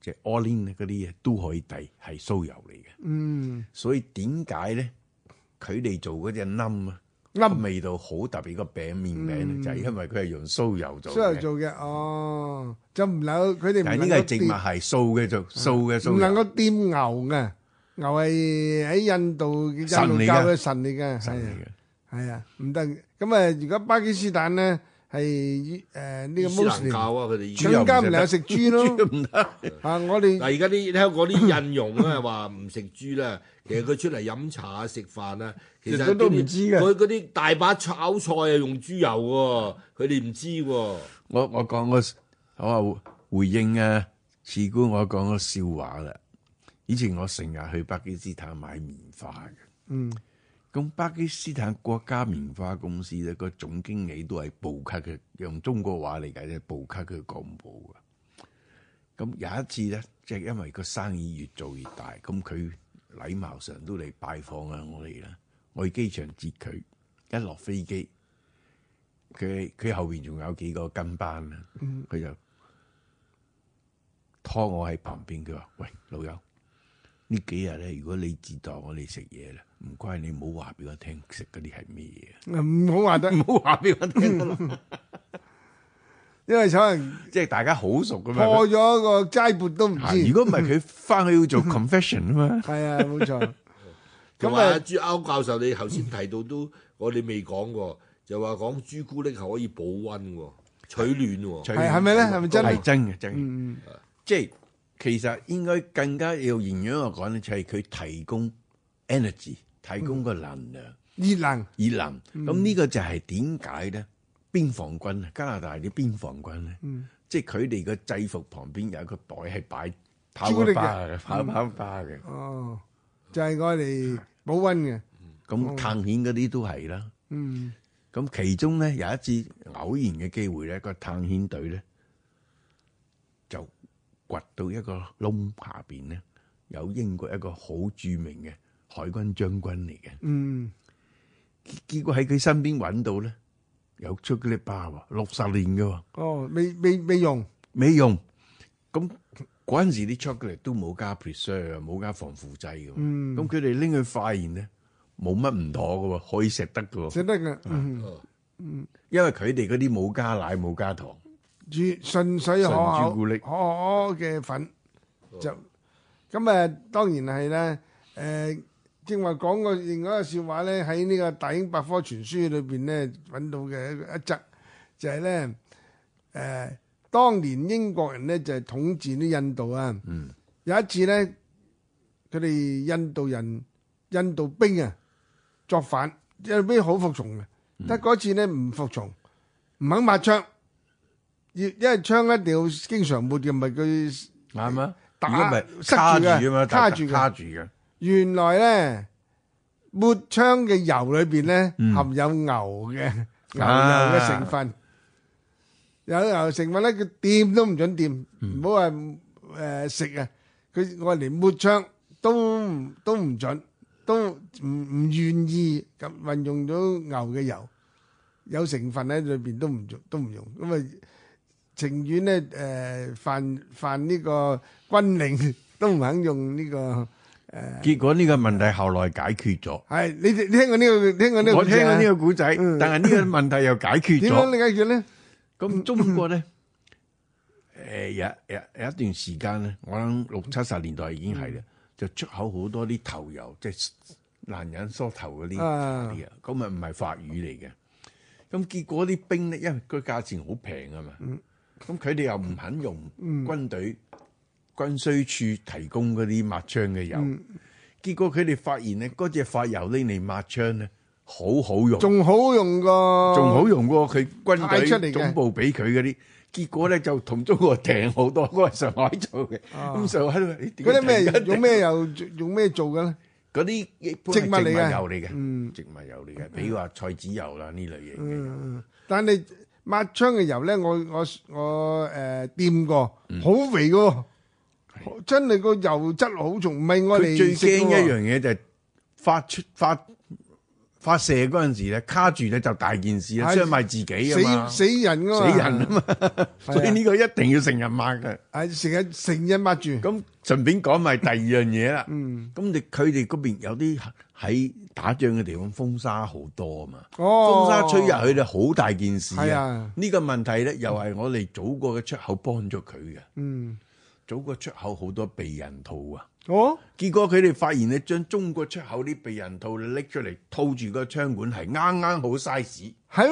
即係 all in 嗰啲嘢都可以遞係酥油嚟嘅，
嗯，
所以點解咧佢哋做嗰只冧啊，
冧
個味道好特別個餅面餅咧，就係因為佢係用酥油做
酥油
嘅，
做嘅，哦，就唔能佢哋
但係
唔
呢
能
個係
夠
植物
掂，
係素嘅做素嘅
唔
酥
能
油，
夠掂牛嘅，牛係喺印度嘅
神
印度
嚟㗎
教嘅神嚟嘅，
神
係啊
嚟嘅。
係啊，唔得咁啊！如果巴基斯坦咧係誒呢個
伊斯蘭
Muslim
教啊，佢哋已經
豬又
更
唔
加
食
唔能夠
得
食豬 咯
唔得，
嚇！啊我
嗱，
哋
而家啲香港啲印傭咧 話唔食豬啦，其實佢出嚟飲茶啊、食飯啊，其實
其實都
嗰啲
唔知嘅
佢嗰啲大把炒菜啊用豬油喎，佢哋唔知喎。
我我講個我話回應啊，事官我講個笑話啦。以前我成日去巴基斯坦買棉花嘅，
嗯
咁巴基斯坦國家棉花公司咧個總經理都係布卡嘅，用中國話嚟解咧，布卡佢幹部嘅。咁有一次咧，即係因為個生意越做越大，咁佢禮貌上都嚟拜訪啊我哋啦。我去機場接佢，一落飛機，佢佢後邊仲有幾個跟班啊，佢就拖我喺旁邊，佢話：喂，老友。呢幾日咧，如果你自當我哋食嘢咧，唔該你唔好話俾我聽食嗰啲係咩嘢啊，
唔好話得，
唔好話俾我聽得啦，
因為可能
即係大家好熟噶嘛。
破咗個齋缽都唔
啊
知
如。果唔係佢翻去要做 confession 啊嘛，
係啊，冇錯。
同
咁
埋阿
啊，
朱歐教授，你頭先提到都我哋未講過，就話講朱古力係可以保温喎，取暖喎。
係係咪咧？係咪真
係
係？
真嘅真嘅，
嗯，
即係其實應該更加要言語嚟講咧，就係佢提供 energy，提供個能量。
熱能
以能。
嗯
咁呢、個就係點解咧？邊防軍啊，加拿大啲邊防軍咧，
嗯
即係佢哋個制服旁邊有一個袋係擺跑
朱古力
跑
嘅嗯
巴嘅，跑跑巴嘅。
哦，就係我嚟保温嘅。哦
咁探險嗰啲都係啦。
嗯，
咁其中咧有一次偶然嘅機會咧，個探險隊咧就掘到一個窿下邊咧，有英國一個好著名嘅海軍將軍嚟嘅。
嗯，
結結果喺佢身邊揾到咧，有朱古力巴喎，六十年嘅喎。
哦，未未未用。
美容。咁嗰陣時啲 chocolate 都冇加 preserve，冇加防腐劑嘅喎。
嗯
咁佢哋拎去化驗咧，冇乜唔妥嘅喎，可以食得嘅喎。
食得嘅，嗯
因為佢哋嗰啲冇加奶、冇加糖，
煮純粹可
純
口
朱古力
可可嘅粉就咁啊，當然係啦。誒、正話講過另外一個笑話咧，喺呢個《大英百科全書》裏邊咧揾到嘅一個一則，就係咧誒，當年英國人咧就係、統治啲印度啊。嗯、有一次咧，佢哋印度人、印度兵啊作反，印度兵好服從嘅，但嗰次咧唔服從，唔肯抹槍。要因為槍一定要經常抹嘅，唔係佢
啱啊！
打
如果唔係
塞
卡
住
住
嘅
啊嘛，
卡住嘅
卡住嘅。
原來咧抹槍嘅油裏邊咧含有牛嘅牛油嘅成分，有牛成分咧，佢掂都唔准掂，唔好話誒食啊！佢我連抹槍都唔都唔準，都唔唔願意咁運用咗牛嘅油，有成分喺裏邊都唔用，都唔用咁啊！情願咧誒、呃犯犯呢個軍令都唔肯用呢、個。
結果呢個問題後來解決咗。
系你哋你聽過呢、個聽過呢個
我
故事
聽過
啊
呢個古仔，
嗯
但係呢個問題又解決
點
咗
樣。理解佢咧？
咁中國咧，嗯誒有有有一段時間咧，我諗六七十年代已經係啦，就出口好多啲頭油，即係男人梳頭嗰啲
啊
啲啊，咁咪唔係法語嚟嘅。咁結果啲兵咧，因為個價錢好平啊嘛，咁佢哋又唔肯用軍隊軍需處提供嗰啲抹槍嘅油，結果佢哋發現咧，嗰只發油拎嚟抹槍咧，好好用。
仲好用過，
仲好用過佢
派出嚟
軍
嘅
隊總部俾佢嗰啲，結果咧就同中國訂好多，嗰個係上海做嘅，咁上海嗰
啊嗰啲咩 用咩油用咩做嘅咧？
嗰啲
植物嚟嘅
植油嚟
嗯
嘅，植物油嚟嘅，比如話菜籽油啦呢類型嘅
嗯
油，
但係抹槍嘅油咧，我我我誒掂過，好肥嘅喎，真係個油質好重，唔係我
佢
哋
最
食
驚
嘅喎
一樣嘢就係發出發發射嗰陣時咧卡住咧就大件事啦，
係
傷埋自己啊嘛，
死死人㗎
死
嘛，
人啊嘛，所以呢個一定要成日抹嘅。
係成日成日抹住，
咁順便講埋第二樣嘢啦。
Ừ. 嗯
咁你佢哋嗰邊有啲喺打仗嘅地方風沙好多啊嘛。
哦
風沙吹入去哋好大件事
係
啊
啊！
呢個問題咧，又係
Ừ.
我哋祖國嘅出口幫咗佢嘅。
嗯，
祖國出口好多避孕套啊，
哦，
結果佢哋發現你將中國出口啲避孕套拎出嚟套住個槍管係啱啱好 size，
系咩？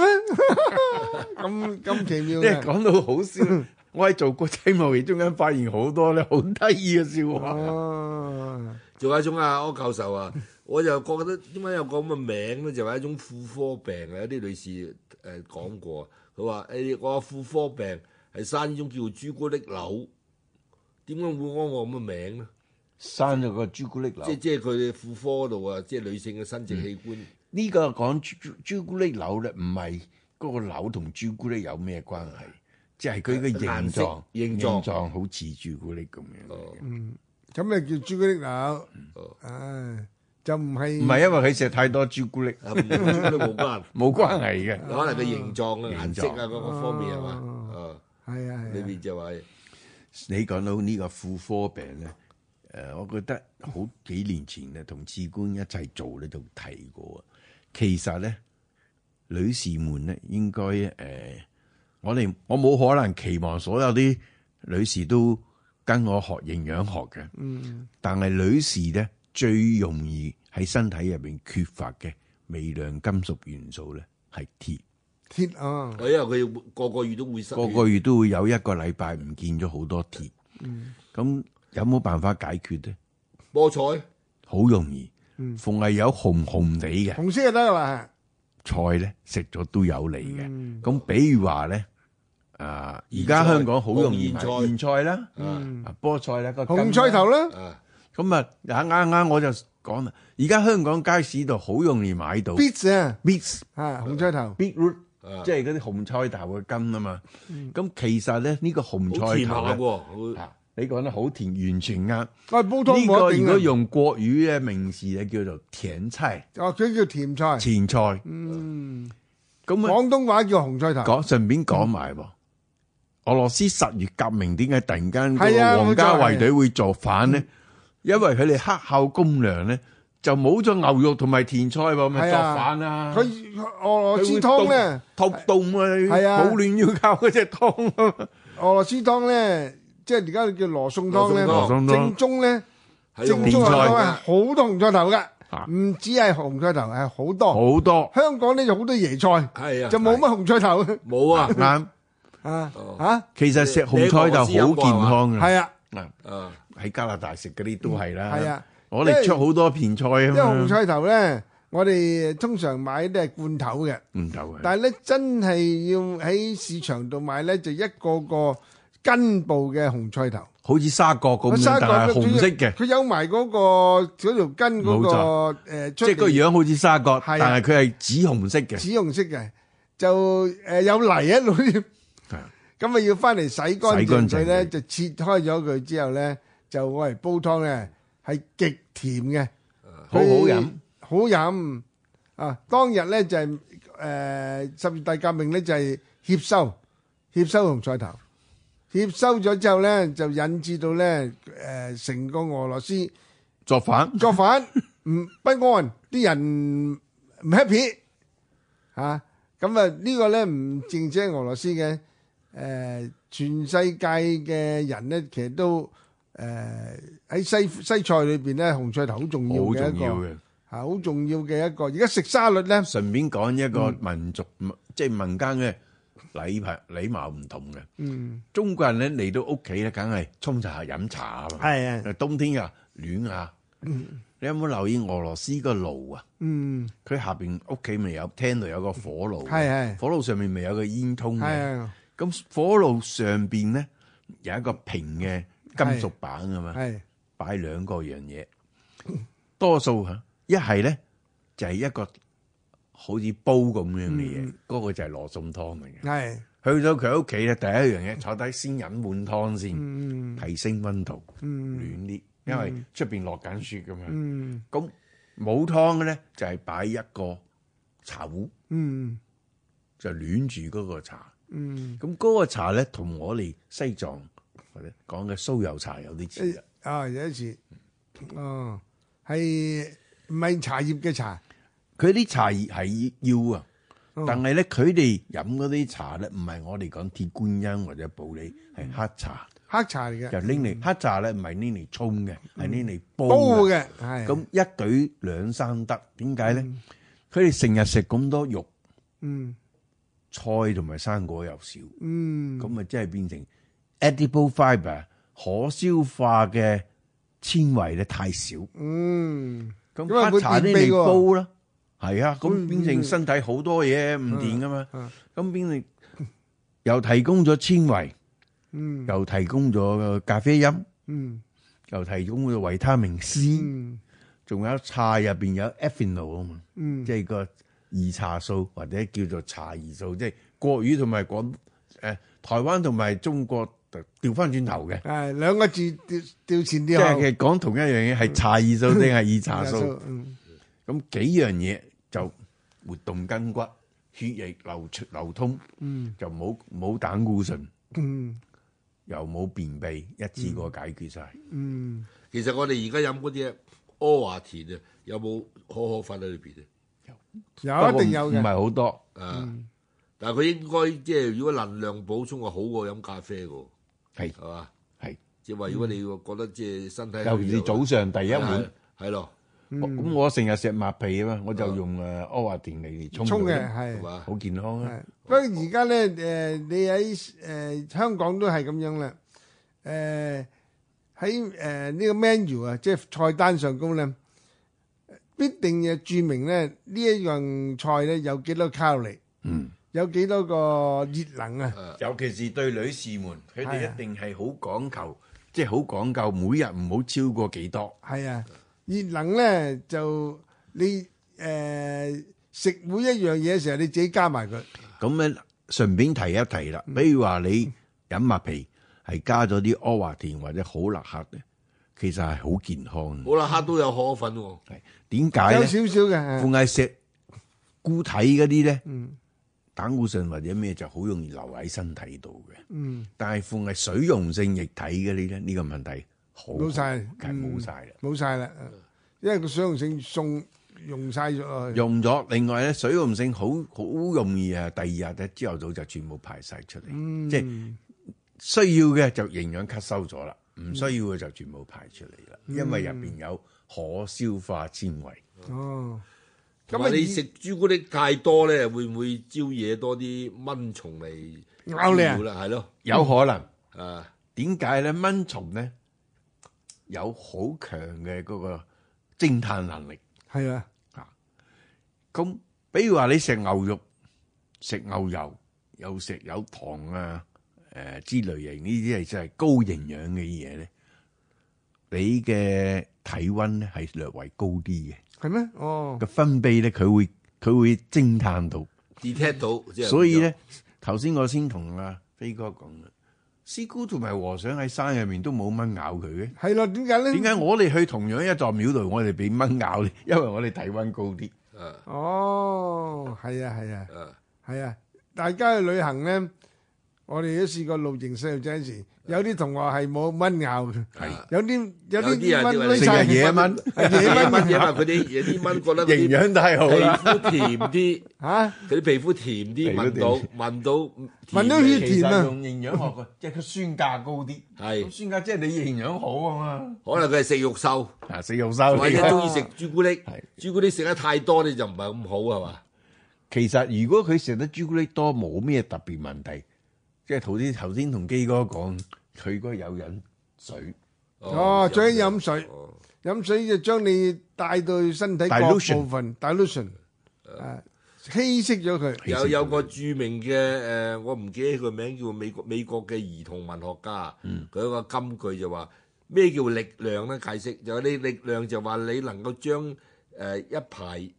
咁咁奇妙
即
嘅
係。講到好笑。
嗯
我喺做國際貿易中間發現好多咧好得意嘅笑話，
哦，
仲有一種啊，柯教授啊，我就覺得點解有個咁嘅名咧，就係、一種婦科病啊，有啲女士誒講過，佢話誒我婦科病係生呢種叫朱古力瘤，點解會安個咁嘅名咧？
生咗個朱古力瘤
即。即係佢哋婦科嗰度啊，即係女性嘅生殖器官。
呢個講朱朱朱古力瘤咧，唔係嗰個瘤同朱古力有咩關係，即係佢嘅形
顏
狀
色，
形
形狀
狀好似朱古力咁樣。
哦
咁你叫朱古力柳
哦，
唉，就唔係
嗯唔係因為佢食太多朱古力，
啊，唔同朱古力冇關，
冇關係嘅。
可能個形狀啊、
形狀
顏色啊嗰個方面係嘛？啊，
係啊
裏
係啊，
邊就係
你講到呢個婦科病咧，誒、我覺得好幾年前咧，同志官一齊做咧，就提過啊。其實咧，女士們咧應該誒、我哋我冇可能期望所有啲女士都跟我學營養學嘅，嗯，但係女士咧最容易喺身體入邊缺乏嘅微量金屬元素咧係鐵。
鐵啊，
我因哎為佢個個月都會失血
個個月都會有一個禮拜唔見咗好多鐵。咁、有冇辦法解決咧？
菠菜
好容易，
嗯
逢係有紅紅地嘅
紅色就得啦。
菜咧，食咗都有利
嗯
嘅。咁、比如話咧，啊，而家香港好容易買
哦菜
莧菜啦，啊菠菜啦，個
紅菜頭啦，
啊，
咁啊，啱啱啱我就講啦，而家香港街市度好容易買到
beats 啊，
beets
啊紅菜頭，
beetroot，
啊
即係嗰啲紅菜頭嘅根啊嘛。
嗯
咁其實咧，呢個紅
好
菜
甜下
頭呢
喎，好
啊你講得好甜，完全啱。
我係煲湯冇一
呢個如果
定啊。
用國語嘅名詞咧，叫做甜菜、
哦，佢叫甜菜，
前菜。
嗯，
咁啊，
廣東話叫紅菜頭，
講順便講埋喎，俄羅斯十月革命點解突然間嗰
係啊
個皇家
冇錯
衛隊會造反咧？因為佢哋克扣公糧咧，就冇咗牛肉同埋甜菜喎，咪
係
作
啊
反啊！
佢俄羅斯湯咧，
佢會凍凍
係啊
啊，保暖要靠嗰只湯啊 嘛。
俄羅斯湯咧，即係而家叫羅宋湯咧，
羅
宋湯
正宗咧，
係啊
正
用
宗
甜
嘅
菜
湯
㗎
係好多紅菜頭
啊
噶，唔止係紅菜頭，係好多。
好多
香港咧就好多椰菜，
係啊，
就冇乜紅菜頭
冇啊，
啱。
啊
哦
啊，
其實食紅菜就好健康嘅，
係啊。
嗱
啊
喺加拿大食嗰啲都係啦。
係啊，
我哋出好多片菜啊
因為紅
嘛，
菜頭咧，我哋通常買都係罐頭嘅，
唔夠啊嘅。
但係咧真係要喺市場度買咧，就一個個根部嘅紅菜頭，
好似沙葛咁樣，但係紅色嘅，
佢有埋嗰個嗰條根嗰
冇
個誒，
即
出
係個
嚟
樣好似沙葛，
係啊
但係佢係紫紅色嘅，
紫紅色嘅，就誒有泥喺度添
係啊，
咁啊要翻嚟洗乾
洗乾
淨
淨
佢咧，
佢
就切開咗佢之後咧，就我嚟煲湯咧，係極甜嘅。
好好飲。
好飲啊！當日咧就係誒十月大革命咧就係協收協收紅菜頭，協收咗之後咧就引致到咧誒成個俄羅斯
作反
作反，唔不安，啲人唔 happy 嚇。咁啊呢個咧唔淨止係俄羅斯嘅誒、全世界嘅人咧其實都誒喺、西西菜裏邊咧紅菜頭好重
好
要
重
嘅一個
要。嘅。
係好重要嘅一個。而家食沙律咧，
順便講一個
嗯
民族，即係民間嘅禮貌禮貌唔同嘅。
嗯，
中國人咧嚟到屋企咧，梗係沖茶飲茶啊嘛。
係啊，
冬天啊，暖下。你有冇留意俄羅斯個爐啊？
嗯，
佢下邊屋企咪有廳度有個火爐嘅，
係啊係
火爐上面咪有個煙囪
係
嘅。
啊，
咁火爐上邊咧有一個平嘅金屬板咁嘛，
係
擺兩個樣嘢。多數嚇一係咧就係一個好似煲咁樣嘅嘢，嗰、個就係羅宋湯嚟嘅。
係，
去到佢屋企咧，第一樣嘢坐低先飲碗湯先，
嗯
提升温度，暖
嗯
啲，因為出邊落緊雪咁樣。
嗯
咁冇湯嘅咧就係擺一個茶壺，
嗯
就暖住嗰個茶。
嗯，
咁嗰個茶咧，同我哋西藏或者講嘅酥油茶有啲似啊，
啊有一次，哦，係唔係茶葉嘅茶？
佢啲茶葉係要啊
哦
但係咧佢哋飲嗰啲茶咧，唔係我哋講鐵觀音或者普洱，係黑茶，
黑茶嚟嘅，
就拎嚟黑茶咧，唔係拎嚟沖嘅，係拎嚟煲
嗯煲
嘅。
嘅，係
咁一舉兩三得，點解咧？佢哋成日食咁多肉、
嗯
菜同埋生果又少，
嗯
咁咪即係變成 edible fibre 可消化嘅纖維咧太少，
嗯，因為
咁
佢
黑茶呢
便秘
嚟
㗎
煲啦，係啊，
嗯
咁變成身體好多嘢唔掂噶
嗯
嘛，咁變成又提供咗纖維，
嗯
又提供咗咖啡因，
嗯
又提供咗維他命 C，
嗯
仲有茶入邊有 ethanol 啊嘛。
嗯，
即係個二茶素或者叫做茶二素，即係國語同埋廣誒台灣同埋中國調翻轉頭嘅，
係兩個字調調前
即
啲
係
後
其實講同一樣嘢係茶二素定係二茶素，
嗯
咁幾樣嘢就活動筋骨、血液流出流通，
嗯
就冇冇膽固醇，
嗯
又冇便秘，一次過解決晒。
嗯，
其實我哋而家飲嗰啲呃阿華田啊，有冇可可粉喺裏邊啊？
有一定有
不過唔唔
嘅，
係好多，
啊！
嗯
但係佢應該即係如果能量補充係好過飲咖啡嘅喎，
係
係嘛？
係，
即係話如果你覺得即係身體
嗯尤其是早上第一碗。
係咯，
我咁我成日食麥皮啊嘛，我就用誒阿華田嚟沖
沖嘅
佢
係
係。
嘛？
好健康啊！
係不過而家咧，誒、你喺誒、香港都係咁樣啦。誒喺誒呢個 menu 啊，即係菜單上高咧，必定嘅注明咧呢一樣菜咧有幾多卡路里，
嗯，
有幾多個熱能啊，
尤其是對女士們，佢
係
哋
啊
一定係好講求，即係好講究，每日唔好超過幾多。
係啊，熱能咧就你誒、食每一樣嘢嘅時候，你自己加埋佢，
咁咧，順便提一提啦，比如話你飲麥皮係加咗啲阿華田或者好辣克咧，其實係好健康嘅。
好啦，黑都有可可粉喎，
係啊點解
有
咧？
少少嘅啊
逢
係，
係食固體嗰啲咧，
嗯
膽固醇或者咩就好容易留喺身體度嘅。
嗯，
但係逢係水溶性液體嗰啲咧，呢個問題好
冇晒
梗係冇晒啦。
冇晒啦，啊因為個水溶性送用晒咗落去。
用咗，另外咧水溶性好好容易啊，第二日咧朝頭早就全部排晒出嚟，即係需要嘅就營養吸收咗啦，唔需要嘅就全部排出嚟啦，因為入邊有可消化纖維。
哦，
咁啊
咁
你
你
食朱古力太多咧，會唔會招惹多啲蚊蟲嚟
咬你啊
滋擾啦，係咯，
有可能
啊，
點解咧？蚊蟲咧有好強嘅嗰個偵探能力。
係啊，
咁比如話你食牛肉、食牛油，又食有糖啊、誒、之類型呢啲係真係高營養嘅嘢咧，你嘅體温咧係略為高啲嘅，
係咩？哦，
個分泌咧佢會佢會偵探到，
detect 到，即係
所以咧頭先我先同阿飛哥講啦，師姑同埋和尚喺山入面都冇蚊咬佢嘅。
係咯，點解 咧？
點解？我哋去同樣一座廟度，我哋俾蚊咬咧？因為我哋體温高 啲。
啊
哦，係啊，係啊，
啊
係啊，大家去旅行咧，我哋都試過露營細路仔嗰時，有啲同學係冇蚊咬嘅，
係
有啲有
有啲
啲
人
蚊
以為
濺
食
晒
日野 蚊，
野
野
蚊
蚊，因為佢哋有啊啲蚊覺得佢
營
啲
養太好 啦。
皮膚甜啲。
嚇，
佢啲皮膚甜啲，
皮膚
聞到聞到嗯
聞到
甜
血
味
其
甜
實
啊！
用營養學嘅，即係佢酸價高啲。
係
咁酸價即係你營養好啊嘛。
可能佢係食肉獸，
啊，食肉收
或者中意食朱古力
係。
朱古力食得太多你就唔係咁好係嘛？
其實如果佢食得朱古力多，冇咩特別問題。即係頭先頭先同基哥講，佢嗰有飲水
哦，最緊要飲
飲
水，
哦
飲水就將你帶到身體各
Dilution
部分 dilution，啊，À, 稀釋咗佢。
有有個著名嘅誒，我唔記得佢個名叫美國美國嘅兒童文學家，佢有個金句就話咩叫力量咧？解釋就係你力量就話你能夠將誒一排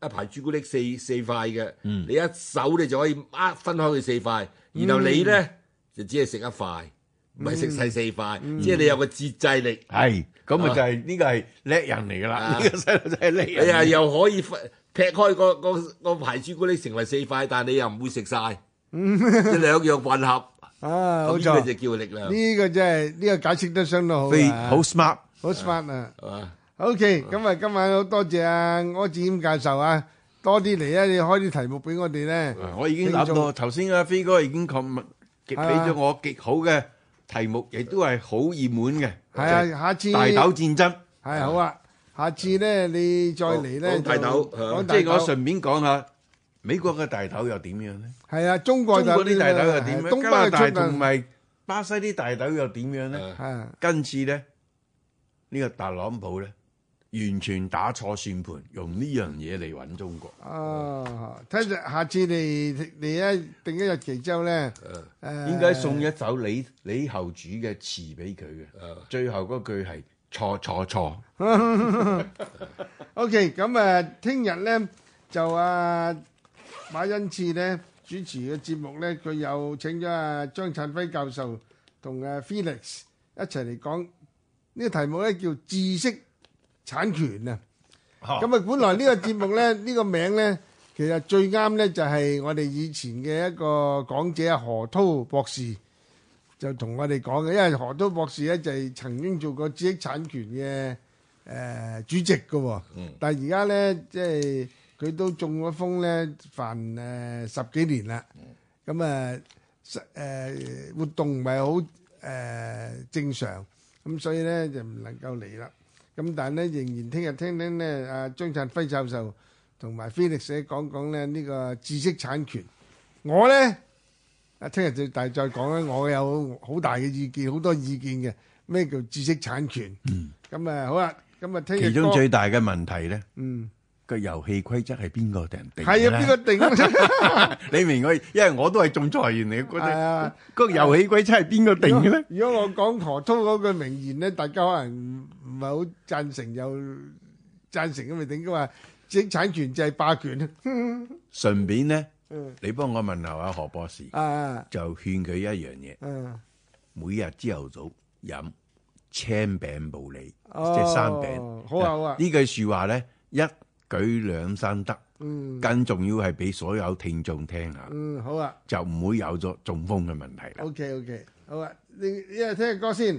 一排朱古力四四塊嘅，你一手你就可以呃分開佢四塊，然後你咧就只係食一塊，唔係食晒四塊，即係你有個節制力。
係咁啊，就係呢個係叻人嚟㗎啦。
啊
呢個細路仔係叻
你又
人。
哎又可以分劈開個個個排朱古力成為四塊，但係你又唔會食 晒，即係兩樣混合，
啊，冇
咁呢個
錯，
就叫力量，
呢個真係呢個解釋得相當好
非
啊，
好
à.
smart。
好 smart 啊！
係嘛？
OK，咁啊，今晚好多謝啊柯志謙教授啊，多多啲嚟啊！你開啲題目俾我哋咧，
我已經諗到頭先阿飛哥已經確物極俾
啊
咗我極好嘅題目，亦都係好熱門嘅。
係啊
就係
下次
大豆戰爭，
係好啊！下次咧你再嚟咧，
講大豆
就
係
講
啊
即
大
係我
豆
順便講下美國嘅大豆又點樣咧？
係啊，中國
中
大豆
國啲大豆又點
係
樣？
東
加
北
拿
嘅
大
出
同
名
埋巴西啲大豆又點樣咧？
誒
係
今次咧，呢、個特朗普咧，完全打錯算盤，用呢樣嘢嚟揾中國。
啊！睇住下次你你一定一日期之後咧，誒
應該送一首李李後主嘅詞俾佢
啊
嘅，最後嗰句係錯錯錯。
OK，咁啊，聽日咧就啊馬恩賜咧主持嘅節目咧，佢又請咗啊張燦輝教授同啊 Felix 一齊嚟講呢個題目咧叫知識產權啊。咁啊，本來呢 個節目咧，呢個名咧，其實最啱咧就係我哋以前嘅一個講者何滔博士就同我哋講嘅，因為何滔博士咧就係曾經做過知識產權嘅。誒、呃主席嘅喎、但係而家咧，即係佢都中咗風咧，凡誒、十幾年啦。咁啊實誒活動唔係好誒正常，咁所以咧就唔能夠嚟啦。咁但係咧，仍然聽日聽聽咧，阿張燦輝教授同埋 Felix 咧講講咧呢個知識產權。我咧啊，聽日就大再講啦。我有好大嘅意見，好多意見嘅。咩叫知識產權？咁啊、好啦，咁啊聽日
其中
歌
最大嘅問題咧，嗯，個遊戲規則係邊個定定
係啊，邊個
個？
定 咧？
你明我意，因為我都係仲裁員嚟嘅，覺
係啊
得個遊戲規則係邊個定嘅咧？
如果我講何滔嗰句名言咧，大家可能唔唔係好贊成，又贊成咁咪頂嘅話，知識產權就係霸權
順便咧，你幫我問候阿何博士，
啊！
就勸佢一樣嘢，
嗯，
每日朝頭早飲青餅布利，
哦
即係三餅。
好啊好啊
呢句説話咧，一舉兩三得，更重要係俾所有聽眾聽下，
嗯，好啊
就唔會有咗中風嘅問題啦。
，OK OK，好啊，你一係聽下歌先，